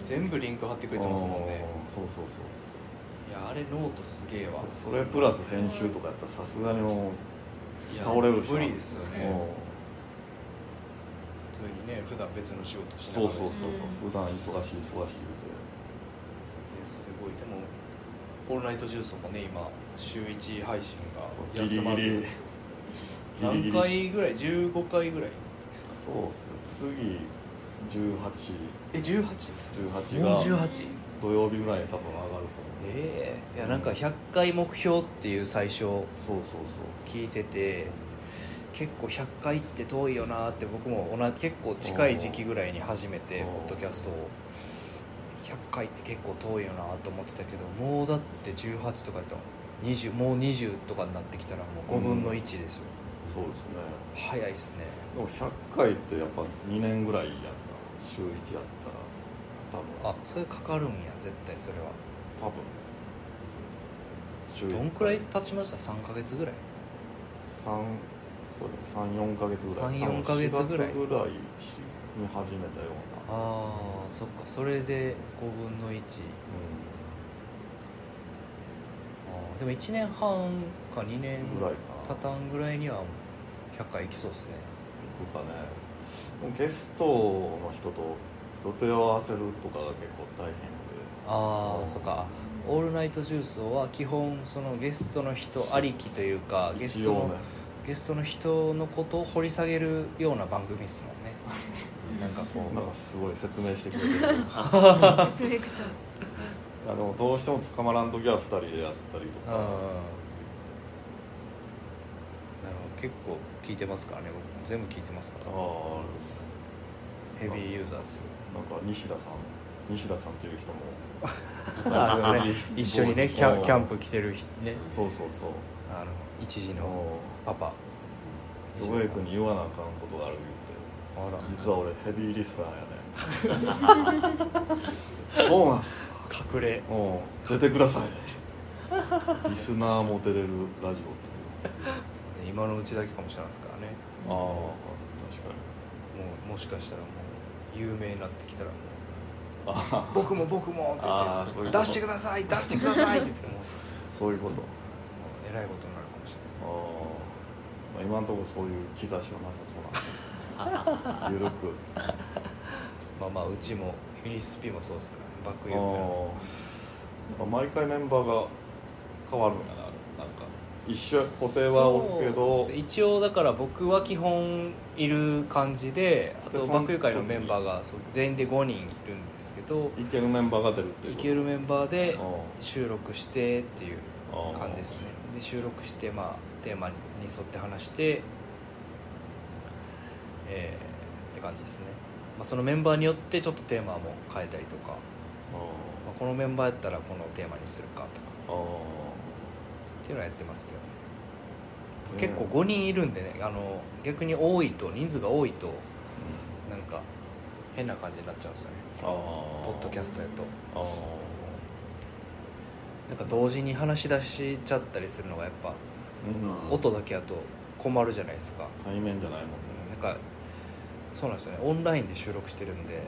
全部リンク貼ってくれてますもんねうんそうそうそうそいやあれノートすげえわうそれプラス編集とかやったらさすがにもういや倒れるしな無理ですよねうん普通にね普段別の仕事しなそうがらそうですそうそう、う普段忙しい忙しいいやすごいでも「オールナイト重曹」もね今週1配信が言うて休まギリギずリ何回ぐらい15回ぐらいですかそうっすね次1818え十 18? がもう18土曜日ぐらいに多分上がると思うええいやなんか100回目標っていう最初そうそうそう聞いてて結構100回って遠いよなって僕も同じ結構近い時期ぐらいに始めておーポッドキャストを100回って結構遠いよなと思ってたけどもうだって18とかやったら20もう20とかになってきたらもう5分の1ですよ、そうですね早いっすねでも100回ってやっぱ2年ぐらいやんな週1やったら多あ分それかかるんや絶対それは多分週どんくらい経ちました3ヶ月ぐらい34か月ぐらい3 4ヶ月ぐらい多分4月ぐらいに始めたようなああそっかそれで5分の1あーでも1年半か2年うんぐらいたかなたんぐらいには100回いきそうですね行くかねもうゲストの人と予定を合わせるとかが結構大変でああそっか「オールナイトジュース」は基本そのゲストの人ありきというかゲス一ト応の、ねゲストの人のことを掘り下げるような番組ですもん ねなんかこなんかすごい説明してくれ てる説明口調あでもどうしても捕まらん時は2人でやったりとうんかなるほど結構聞いてますからね僕も全部聞いてますかあらああれですヘビーユーザーですよなんか西田さん西田さんっていう人も あのね一緒にねキャンキャンププ来てる人ねそうそうそうあの一時あののパパジョエ君に言わなあかんことがあるあ言うらて実は俺ヘビーリスナーやね そうなんですか隠れもう出てくださいリスナーも出れるラジオって今のうちだけかもしれないですからねああ確かにもうもしかしたらもう有名になってきたらもあう「僕も僕も」って言っあーてそういうこと出してください出してください」って言ってもうもあそういうことうえらいことになるかもしああ、まあ、今のところそういう兆しはなさそうなん で緩くれないまあまあうちもフィリスピもそうですから、ね、バックユーザーああ毎回メンバーが変わるんやななんか一緒や固定はおるけど一応だから僕は基本いる感じであでとそのバックユー会のメンバーがそう全員で5人いるんですけどいけるメンバーが出るっていういことけるメンバーであ収録してっていうあああ感じですねで収録して、まあ、テーマに沿って話してえーって感じですね、まあ、そのメンバーによってちょっとテーマも変えたりとか、まあ、このメンバーやったらこのテーマにするかとかああっていうのはやってますけどね結構5人いるんでねあの逆に多いと人数が多いとなんか変な感じになっちゃうんですよねああポッドキャストやとああなんか同時に話し出しちゃったりするのがやっぱうん音だけやと困るじゃないですか対面じゃないもなんんねかそうなんですよねオンラインで収録してるんで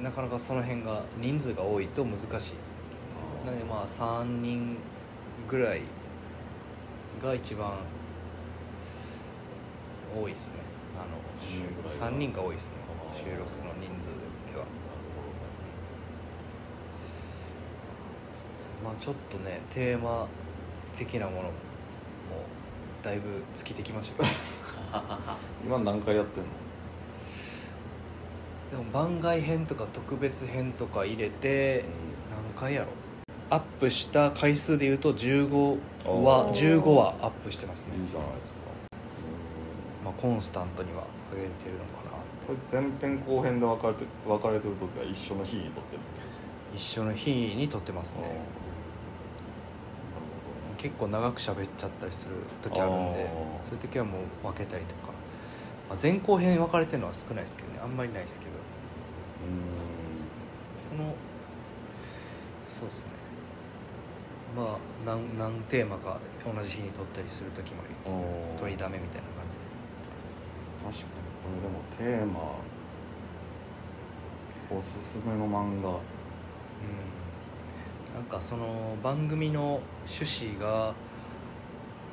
なかなかその辺が人数が多いと難しいですなのでまあ3人ぐらいが一番多いですねあの三人ぐらいが3人が多いですねあー収録の人数ではそうですねまあちょっとねテーマ的なものもだいぶ尽きてきましたけど今何回やってんのでも番外編とか特別編とか入れて何回やろアップした回数でいうと15お話ー15話アップしてますねいいじゃないですかまあ、コンスタントには上げれてるのかなこれ前編後編で分かれて分かれてる時は一緒の日に撮ってるってことですね一緒の日に撮ってますああね結構長く喋っちゃったりする時あるんであーそういう時はもう分けたりとか、まあ、前後編分かれてるのは少ないですけどねあんまりないですけどうそのそうですねまあ何何テーマか同じ日に撮ったりする時もありますねおー撮りだめみたいな感ーん確かにこれでもテーマおすすめの漫じ画でうんなんかその番組の趣旨が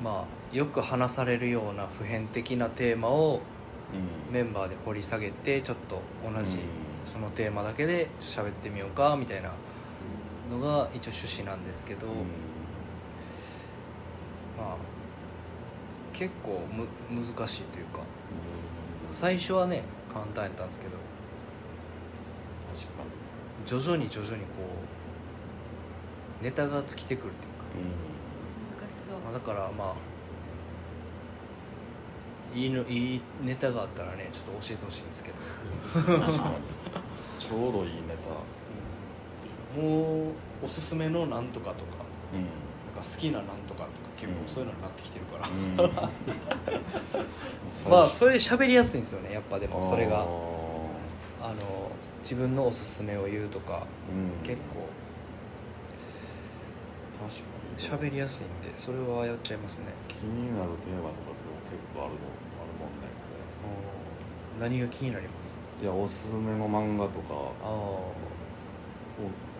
まあよく話されるような普遍的なテーマをメンバーで掘り下げてちょっと同うんじそのテーマだけで喋ってみようかみたいなのが一応趣旨なんですけど、うんまあ結構む難しいというか最初はね簡単やったんですけど確か徐々に徐々にこうネタが尽きてくるというか、に難しそうまあ、だからまあいいのいいネタがあったらねちょっと教えてほしいんですけど 確かにちょうどいいネタもうおすすめのなんとかとかうんなんか好きななんとかとか結構うんそういうのになってきてるから、も う最初まあそれで喋りやすいんですよねやっぱでもそれがあーあの自分のおすすめを言うとかうん結確かに構喋りやすいんでそれはやっちゃいますね気になるテーマとかでも結構あるもんあるもんねこれ何が気になりますいやおすすめの漫画とかをあ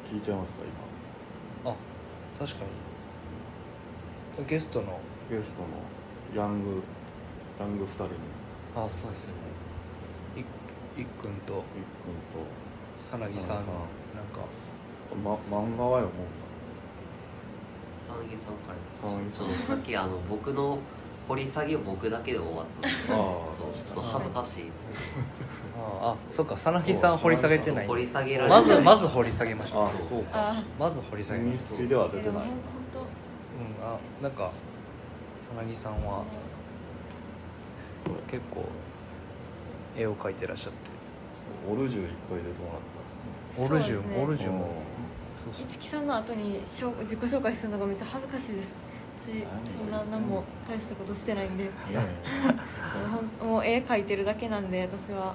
聞いちゃいますかああ確かにゲストの今ゲストのヤングヤング2人にあそうですねいいっくんとりっくさなぎさんさなぎさなんんかんと、ま、漫画は読もうさなぎさんからですさなぎさんちょっとさっきあの僕の掘り下げを僕だけで終わったんでああそう確かにちょっと恥ずかしいですああそっかさなぎさん掘り下げてない掘り下げられまずまずず掘り下げましかなょあうそうかあまず掘り下げまミしょスピでは出てない本ううんあなんかさなぎさんは結構絵を描いてらっしゃってそうオルジュ1回入れてもらったんですね当オルジュもオルジュそうですねうんもそうそう五木さんの後に紹自己紹介するのがめっちゃ恥ずかしいです私そんな何も大したことしてないんでいやいほんもう絵描いてるだけなんで私はや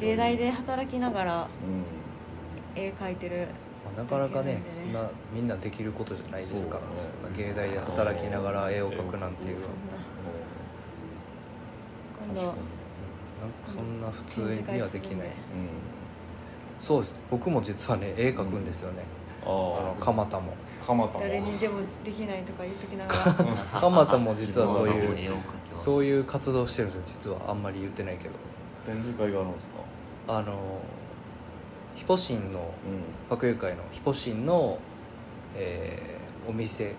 芸大で働きながらう絵描いてるまあなかなかねできそるんでんねなみんなできることじゃないですからそそうんねな芸大で働きながら絵を描くなんていうそんなん今確度かなんかそんな普通にはできないにうんそうです僕も実はね絵描くんですよね、ああの蒲田もあ蒲田も誰にでもできないとか言っときながら蒲田も実はそう自分のい絵うを描きますそういう活動してるんですよ実はあんまり言ってないけど展示会があるんですかあのヒポシンのう学友会のヒポシンの、えーお店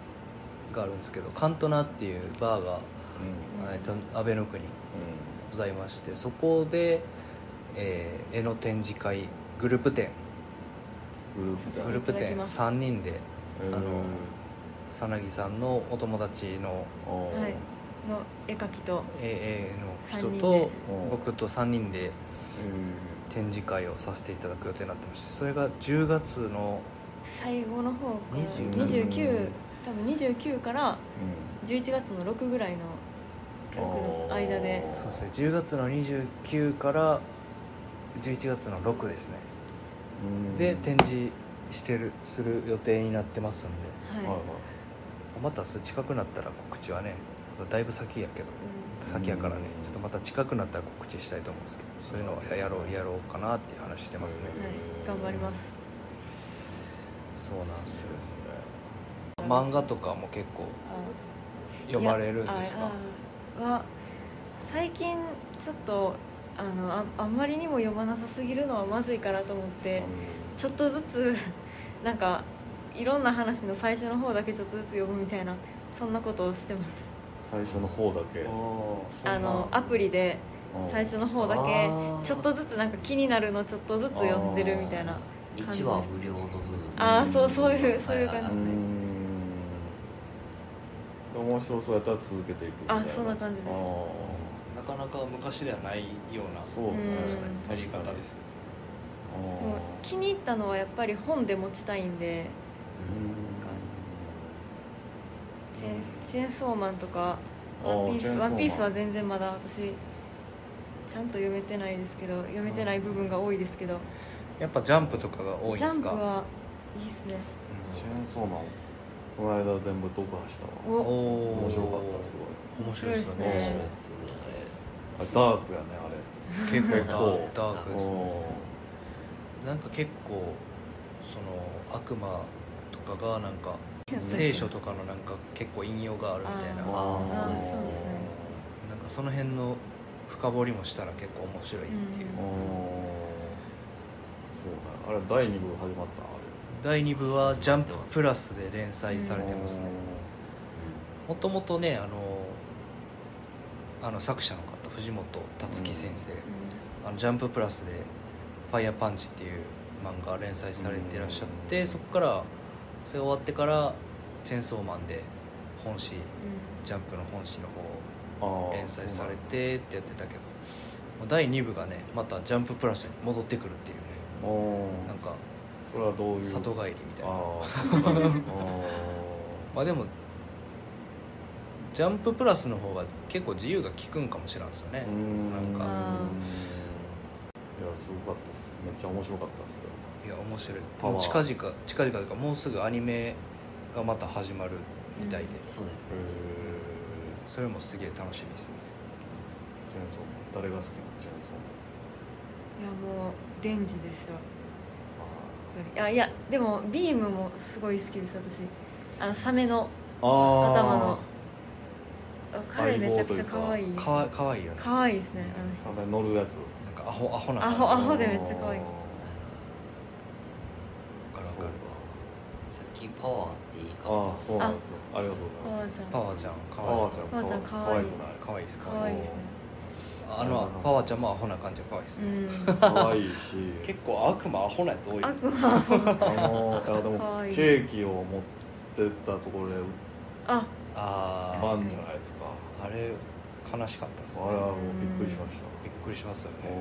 があるんですけどカントナっていうバーが、んうんえっと阿倍の国にございましてそこで、えー絵の展示会グループ展グループでグループいただき展ます3人でえーあのさなぎさんのお友達のあーはいの絵描きとえーえーの人三人とでうん僕と3人でえ展示会をさせていただく予定になってましてそれが10月の最後の方から20 29多分29からーうん11月の6ぐらいのの間であーそうですね10月の29から11月の6ですねうんで展示してるする予定になってますんではい、はいはいまたそれ近くなったら告知はねだいぶ先やけどう先やからねうんちょっとまた近くなったら告知したいと思うんですけどそういうのはやろうやろうかなっていう話してますねんはい、頑張りますそうなんですそうよですね漫画とかも結構あ読まれるんですいかやあは最近ちょっとあのああんまりにも読まなさすぎるのはまずいからと思ってちょっとずつ なんかいろんな話の最初の方だけちょっとずつ読むみたいなそんなことをしてます最初の方だけあのアプリで最初の方だけあーちょっとずつなんか気になるのちょっとずつ読んでるみたいな1話無料の部分ああーそうそうはいいはうそういう感うじんで面白そうやったら続けていくみたいなあそんな感じですあなかなか昔ではないようーなそううんね確かにやり方ですねあーもう気に入ったのはやっぱり本で持ちたいんでチェーンチェーンソーマンとかあワーンピーチェーンソースマワンンピースは全然まだ私ちゃんと読めてないですけど読めてない部分が多いですけどやっぱジャンプとかが多いジでャすンプかはいいですねチェーンソーマンこの間全部読破したわおおおー面白かったすごい面白いですよね面面白白いいでですよねあれダークやね結構ダー結構ダーあクれですねおなんか結構その悪魔とかがなんか聖書とかのなんか結構引用があるみたいなあーあーあそうですそうでねすねなんかその辺の深掘りもしたら結構面白いっていう、おーそうだあれ第2部始まったあれ第2部は「ジャンププラス」で連載されてますねもともとねあのあの作者の方藤本辰樹先生、あのジャンププラスで「ファイヤーパンチっていう漫画連載されてらっしゃって、うんそこからそれ終わってから「チェンソーマン」で本誌ジャンプの本誌の方をあー連載されてってやってたけどまあ第2部がねまた「ジャンププラス」に戻ってくるっていうねおおなんかそれはどういう里帰りみたいなああ里帰りあまあでもジャンププラスの方が結構自由が利くんかもしれんすよねーうーなんんかいやすごかったっすめっちゃ面白かったっすよいや面白いパワーもう近々近々というかもうすぐアニメがまた始まるみたいで、そうでへすねえそれもすげえ楽しみですねチェーンソーマン誰が好きなチェーンソーマンいやもうデンジですよいやいやでもビームもすごい好きです私あのサメのあー頭の彼めちゃくちゃ可愛いかわかわいいよね可愛いですねあの人サメ乗るやつなんかアホアホなアホアホでめっちゃ可愛いあわかーるわかそうるかさっきパワーって言いあ方ーそうなんですよありがとうございますパワーちゃんかパわいいワですーちゃんパワーちゃんかわ可愛い可愛かわいいですか可わい愛いいでですすねあのパワーちゃんもアホな感じでかわいいですうね、んくない可愛いし結構悪魔アホなやつ多いよね悪魔あのいやでも可愛いケーキを持ってったところで売っああたんじゃないですかああれ悲しかったですあねれはもうびっくりしましたびっくりしますよおね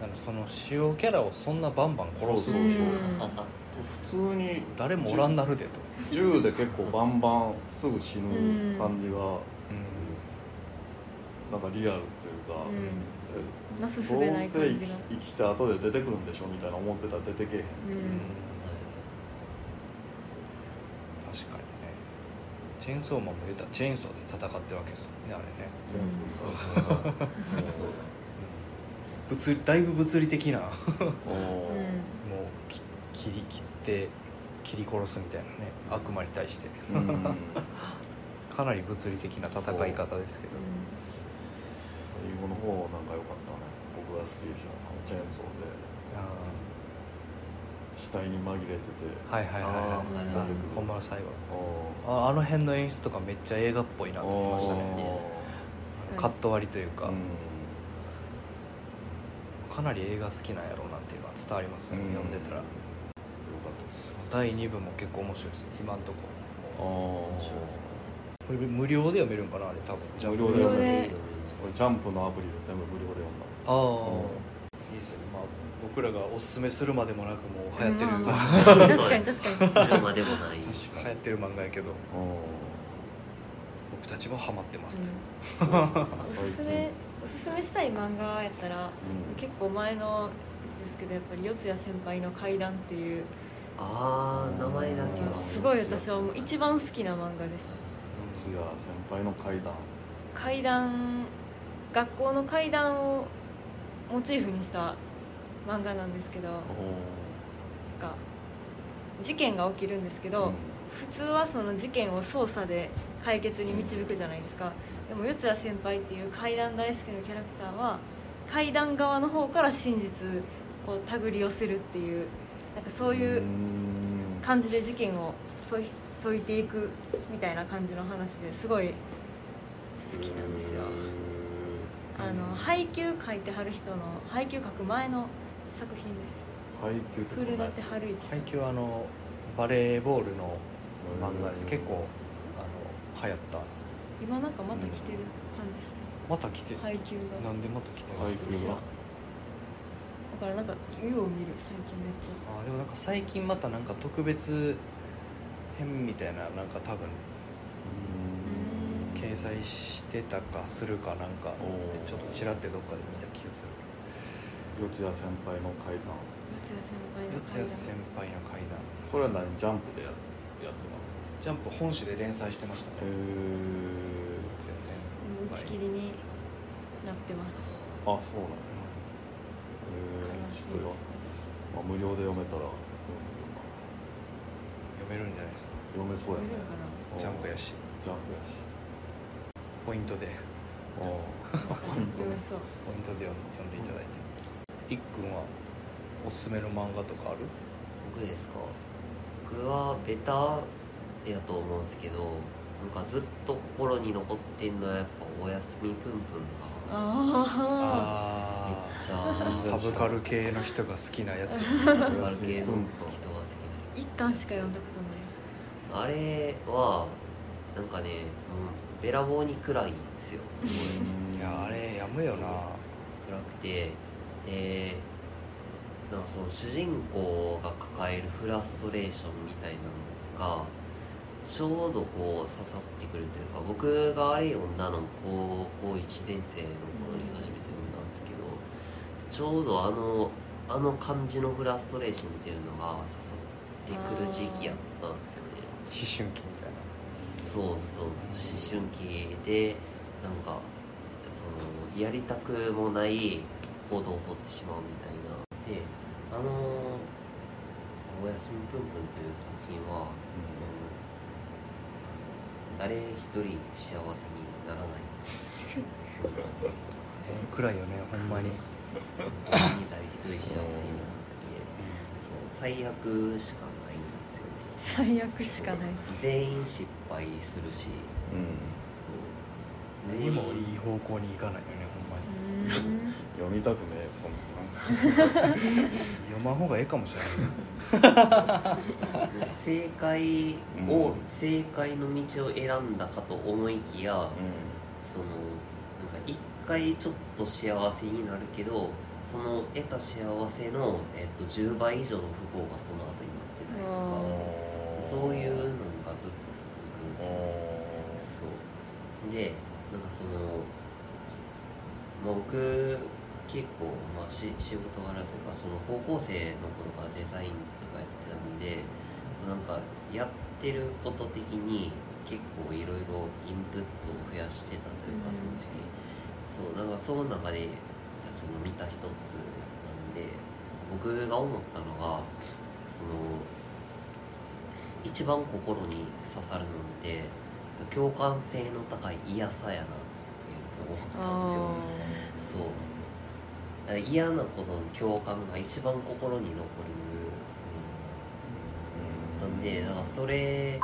なんかその主要キャラをそんなバンバン殺すそうそうそうー普通に誰もおらんなるでと、銃で結構バンバンすぐ死ぬ感じうがんなんかリアルっていうか、うんえなすすべないどう感せじが生きた後で出てくるんでしょみたいな思ってたら出てけえへんうん確かにねチェーンソーマンも言うたらチェーンソーで戦ってるわけですもんねあれね、全部そうですね物だいぶ物理的なもおーうき切り切って切り殺すみたいなね悪魔に対して、うん最かなり物理的な戦い方ですけど後の方なんか良かったね僕が好きでしたあのチェーンソーであ死体に紛れててーはいはいはいあはいーはい出はいてくるほんまの最後おーああの辺の演出とかめっちゃ映画っぽいなと思いましたおねーカット割りといううか、んかなり映画好きなんやろうなっていうのは伝わりますね、うん読んでたら良かったです第2部も結構面白いです今んとこあ面白いですねこれ無料で読めるんかなあれ多分じゃあ無料無で料すでねえ俺ジャンプのアプリで全部無料で読んだああ、うんいいですよねまあ僕らがおすすめするまでもなくもう流行ってる、 まあ確か確かにに確かにするまでもない流行ってる漫画やけど僕たちもハマってます、うんお最すすめ近おすすめしたい漫画やったら結構前のですけどやっぱり四谷先輩の怪談っていうああ名前だけはすごい私はもう一番好きな漫画です次は先輩の階段階段学校の階段をモチーフにした漫画なんですけどなんか事件が起きるんですけど、普通はその事件を捜査で解決に導くじゃないですかでも四谷先輩っていう怪談大好きなキャラクターは怪談側の方から真実を手繰り寄せるっていうなんかそういううん感じで事件を解い解いていくみたいな感じの話ですごい好きなんですよあの配給書いてはる人の配給書く前の作品です配給って古こ舘春一さ最ん近はあのバレーボールのな漫画です結構あの流行った今なんかまた来てる感じですねまた来て配給ながんでまた来てる配給がだからなんか湯を見る最近めっちあーでもなんか最近またなんか特別編みたいななんか多分うん掲載してたかするかなんかでおーちょっとちらってどっかで見た気がす四谷先輩の階段ゃ四谷先る輩の四階谷段先輩の階段それは何ジャンプでややってジャンプ本誌で連載してましたたのへねえ四うん打谷先ち切輩りになってまあすそうなんやへ悲えしちょっいでとよ、すまあ、無料で読めたら読んで読めるんじゃないですかみようかな読めそうやねうん読めるかジャンプやしジャンプやしポイントでああポイント読ねめそうポイントで読んでいただいていっくんはおすすめの漫画とかある僕ですか僕はベタやと思うんですけどなんかずっと心に残ってんのはやっぱ「おやすみぷんぷん」がああめっちゃサブカル系の人が好きなやつサブカル系の人が好きなあ人一巻しか読んだことなあいれはなんかねもうべらぼうに暗いんですよすごいいやあれやむよな暗くてでなんかそう主人公が抱えるフラストレーションみたいなのがちょうどこう刺さってくるというか僕があれ読んだの高校1年生の頃に初めて読んだんですけどちょうどあのあの感じのフラストレーションっていうのが刺さってくる時期やったんですよね思春期みたいなそうそう思春期でなんかそのやりたくもない行動をとってしまうみたいなであの「おやすみぷんぷん」という作品は、うん誰一人幸せにならない暗いよねほんまに誰一人幸せにならなくてそう最悪しかないんですよね最悪しかない全員失敗するしうんそう何もいい方向に行かないよねほんまうにーん読みたくねえよそんな読まん方がええかもしれない正解を、うん正解の道を選んだかと思いきや、うそのなんか一回ちょっと幸せになるけどその得た幸せの、えっと、10倍以上の不幸がその後に待ってたりとかそういうのがずっと続くんですよねそうでなんかその、まあ、僕結構、まあ、し仕事柄というかその高校生の頃からデザインとかやってたんでそうなんかやってること的に結構いろいろインプットを増やしてたというか、うんその時期そうなんかその中でその見た一つなんで僕が思ったのがその一番心に刺さるのって共感性の高い嫌さやなっていうのを思ったんですよそうだから嫌なことの共感が一番心に残るなんでだからそれ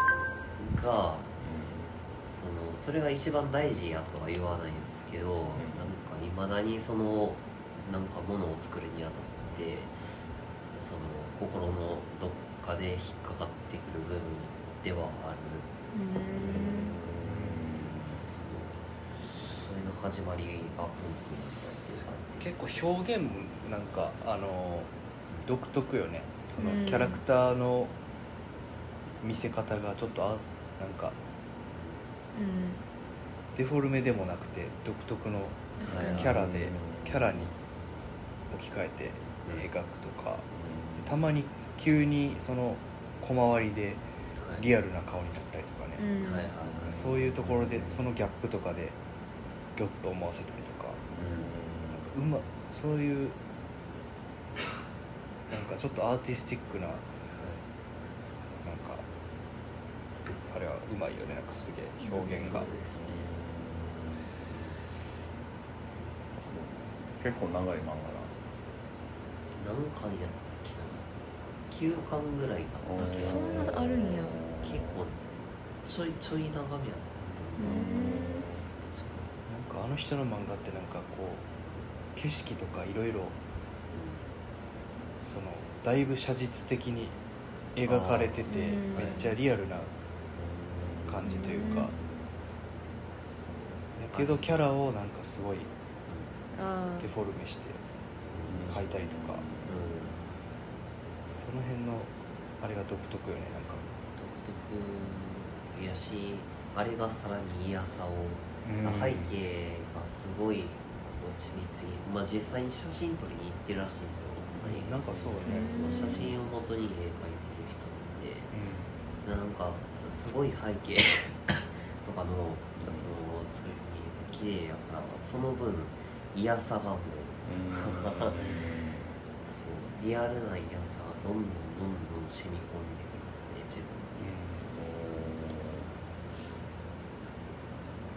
がそのそれが一番大事やとは言わないんですけど、なんかいまだにそのなんかものを作るにあたってその心のどっかで引っかかってくる部分ではあるんですよねそうそれの始まりが文句だったっていう感じです結構表現もなんかあの独特よねそのうんキャラクターの見せ方がちょっとあなんかうんデフォルメでもなくて独特の確かにキャラうでんキャラに置き換えて描くとかでたまに急にその小回りでリアルな顔になったりとかうね、んはいはいはいそういうところでそのギャップとかでギョッと思わせたりとかなんかうまそういうなんかちょっとアーティスティックななんかあれはうまいよねなんかすげえ表現がそうですね結構長い漫画なんです何巻やったっけな9巻ぐらいあった気がよするそんなあるんや結構ちょいちょい長めやったんで確かなんかあの人の漫画ってなんかこう景色とかいろいろそのだいぶ写実的に描かれててあめっーうんちゃリアルな感じというかうんだけどキャラをなんかすごいあデフォルメして描いたりとかその辺のあれが独特よねなんか独特やしあれがさらに嫌さを、背景がすごい緻密にまあ実際に写真撮りに行ってるらしいんですよ本当になんかそうねその写真を元に絵描いてる人なんでなんかすごい背景 とかのその作り込みが綺麗やからその分嫌さがもうそうリアルな嫌さがどんどんどんどん染み込んできますね自分に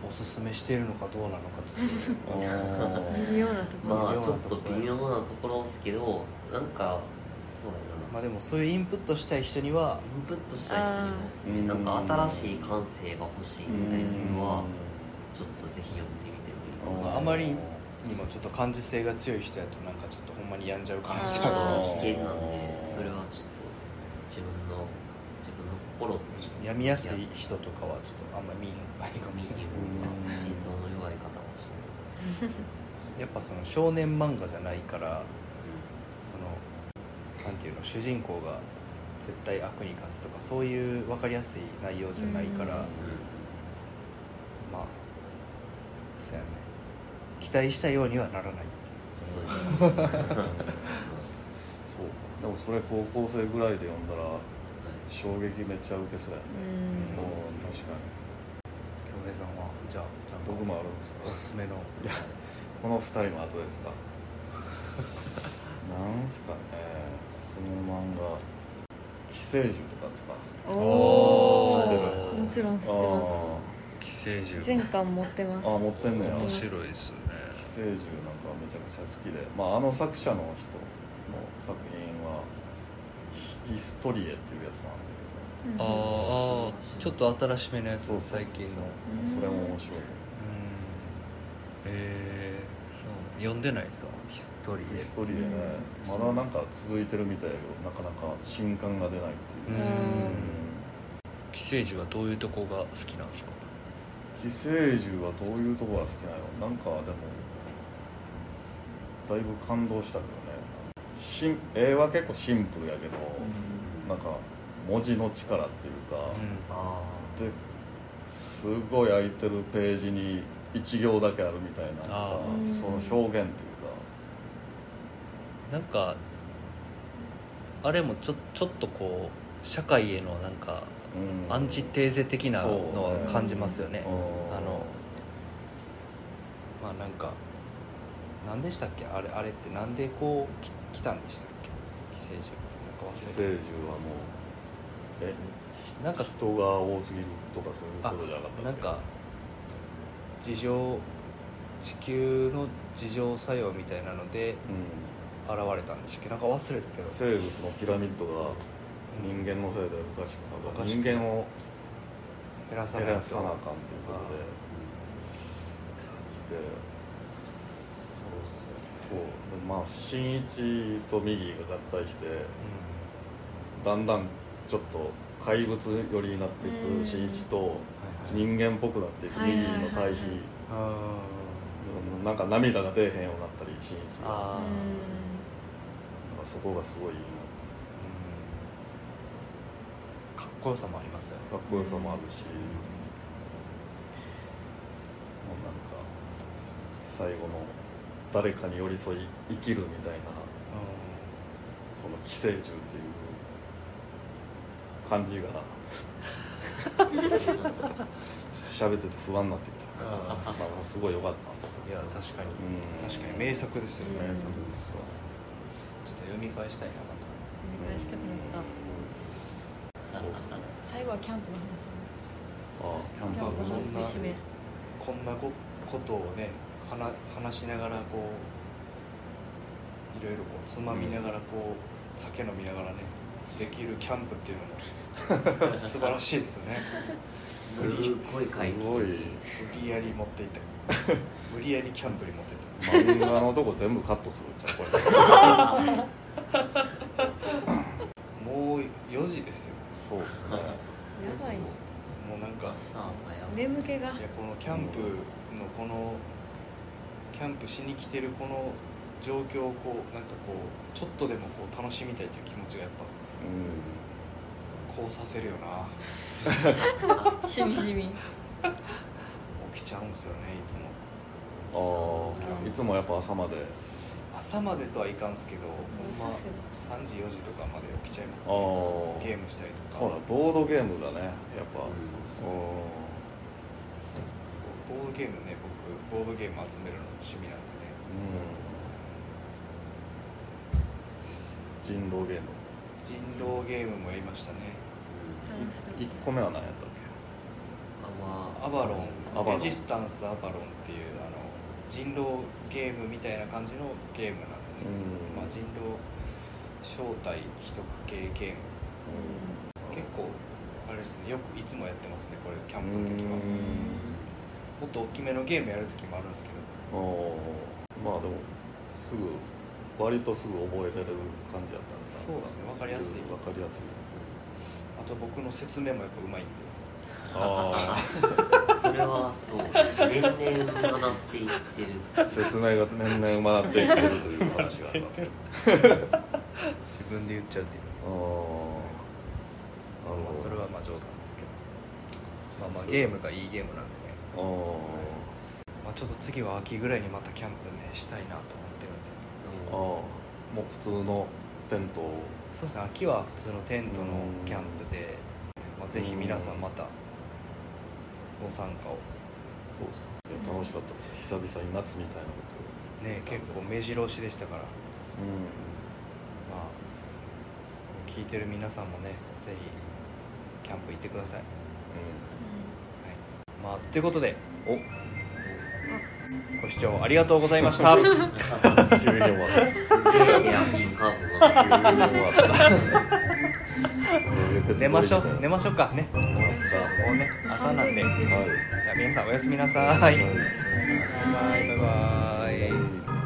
うんおすすめしてるのかどうなのかちょっとー微妙なところ、ま微妙なあちとょっこと微妙なところですけどなんかそうまやなあでもそういうインプットしたい人にはインプットしたい人にもおすすめあーなんか新しい感性が欲しいみたいな人はちょっとぜひ読んでみてもいいかもしれないあまりにもちょっと感受性が強い人やとなんかちょっとほんまに病んじゃう可能性あるあ危険なんでそれはちょっと自分の自分の心と病みやすい人とかはちょっとあんま見えへん方がいいかも身にうん心臓の弱い方をちょっと、やっぱその少年漫画じゃないからうそのなんていうの主人公が絶対悪に勝つとかそういう分かりやすい内容じゃないから、うんんまあそうやね期待したようにはならないっていうそうです ねそうかでもそれ高校生ぐらいで読んだら衝撃めっちゃ受けそうやねうんそう確かに恭平さんはじゃあなんか僕もあるんですかおすすめのこの二人の後ですかなんすかねスノーマンが寄生獣とかですかおおおー知ってるもちろん知ってまあ寄生す前獣巻持ってますあ持ってんねや面面白いいですね寄生獣なんかめちゃくちゃ好きで、まあ、あの作者の人の作品はヒヒストリエっていうやつなんだあーあーちょっと新しめのやけどつそうそうそ最う近のうんそれも面白いえーそう読んでないぞヒストリヒストエリエねまだなんか続いてるみたいやけどなかなか新刊が出ないってういう、んうん寄生獣はどういうとこが好きなんですか寄生獣はどういうとこが好きなのなんかでもだいぶ感動したけどねしん絵は結構シンプルやけど、なんか文字の力っていうか、あですごい空いてるページに1行だけあるみたいなとあかーその表現っていうかなんかあれもちょちょっとこう社会へのなんかうんアンチテーゼ的なのそうはね感じますよねうんあのまあなんか何でしたっけあれあれってなんでこうき来たんでしたっけ寄生獣ってなんか寄忘生れ獣はもうえたなんか人が多すぎるとかそういうことじゃなかったっけなんか事情地球の事情作用みたいなのでうん現れたんでしたっけなんか忘れたけど生物のピラミッドが人間のせいでおかしくなかった人間を減らさ減ないらとさなあかんということで来てそうっすよねそうでまあ新一と右が合体してだんだんちょっと怪物寄りになっていうんく新一とうんはいはい人間っぽくなっていくはい右はいのはいはい対比あなんか涙が出えへんようになったり新一ーがなんかあそこがすごいいいーうんかっこよさもありますよねなかっこよさもあるし、もうなんか最後の誰かに寄り添い生きるみたいなその寄生獣っていう感じがちょっと喋ってて不安になってき たうんあまあ、もうすごい良かったんですよーいや確かにうん確かに名作ですよね名ちょ作っですわうんと読み返したいなまたお願いしたくなったそうですね最後はキャンプの話あキャンキプャンプのも話そんでな締めこんなこことをね話話しながらこういろいろこうつまみながらこう酒飲みながらねできるキャンプっていうの も素晴らしいですよねすごい会議すごい無理やり持っていった無理やりキャンプに持っていった漫画のとこ全部カットするじゃんこれもう4時ですよそうですねやばいもうなんかい明や日朝やばい眠気がこのキャンプのこのキャンプしに来てるこの状況をこうなんかこうちょっとでもこう楽しみたいという気持ちがやっぱこうさせるよなしみじみ起きちゃうんですよねいつもうんああいつもやっぱ朝まで朝までとはいかんすけどほんまそう3時4時とかまで起きちゃいますあねあゲームしたりとかそうだボードゲームがねやっぱそうそううボードゲームね僕ボードゲーム集めるの趣味なんでねん人狼ゲーム人狼ゲームもやりましたね楽しか1った個目は何やったっけあまあアバロアンバロンレジスタンスアバロンっていうあの人狼ゲームみたいな感じのゲームなんですけど、うんまあ、人狼招待秘匿系ゲーム結構あれですねよくいつもやってますねこれキャンプの時はうもんっと大きめのゲームやる時もあるんですけどああまあでもすぐ割とすぐ覚えられる感じだったんですそうですねわかりやすいわかりや すいあと僕の説明もやっぱうまいんであそれはそう年々学っていってるっすあ説明が年々回っていってるという話があり ますけ自ど分で言っちゃうっていうああなるまほあ、どそれはまあ冗談ですけど、まあ、まさあすがゲームがいいゲームなんでね、あまあ、ちょっと次は秋ぐらいにまたキャンプねしたいなと思ってるんであああもう普通のテントをそうですね秋は普通のテントのキャンプで、まあ、ぜひ皆さんまたご参加をそうですねいや楽しかったですよ久々に夏みたいなことをね結構目白押しでしたからまあ聞いてる皆さんもねぜひキャンプ行ってください、はいまあ、ということでうんご視聴ありがとうございました お急に終わったいやカーブが急に終わ った寝ましょ う寝ましょうかね寝ますかもうね朝なんでじゃはいあ皆さんおやすみなさいバはいイバイバイバイ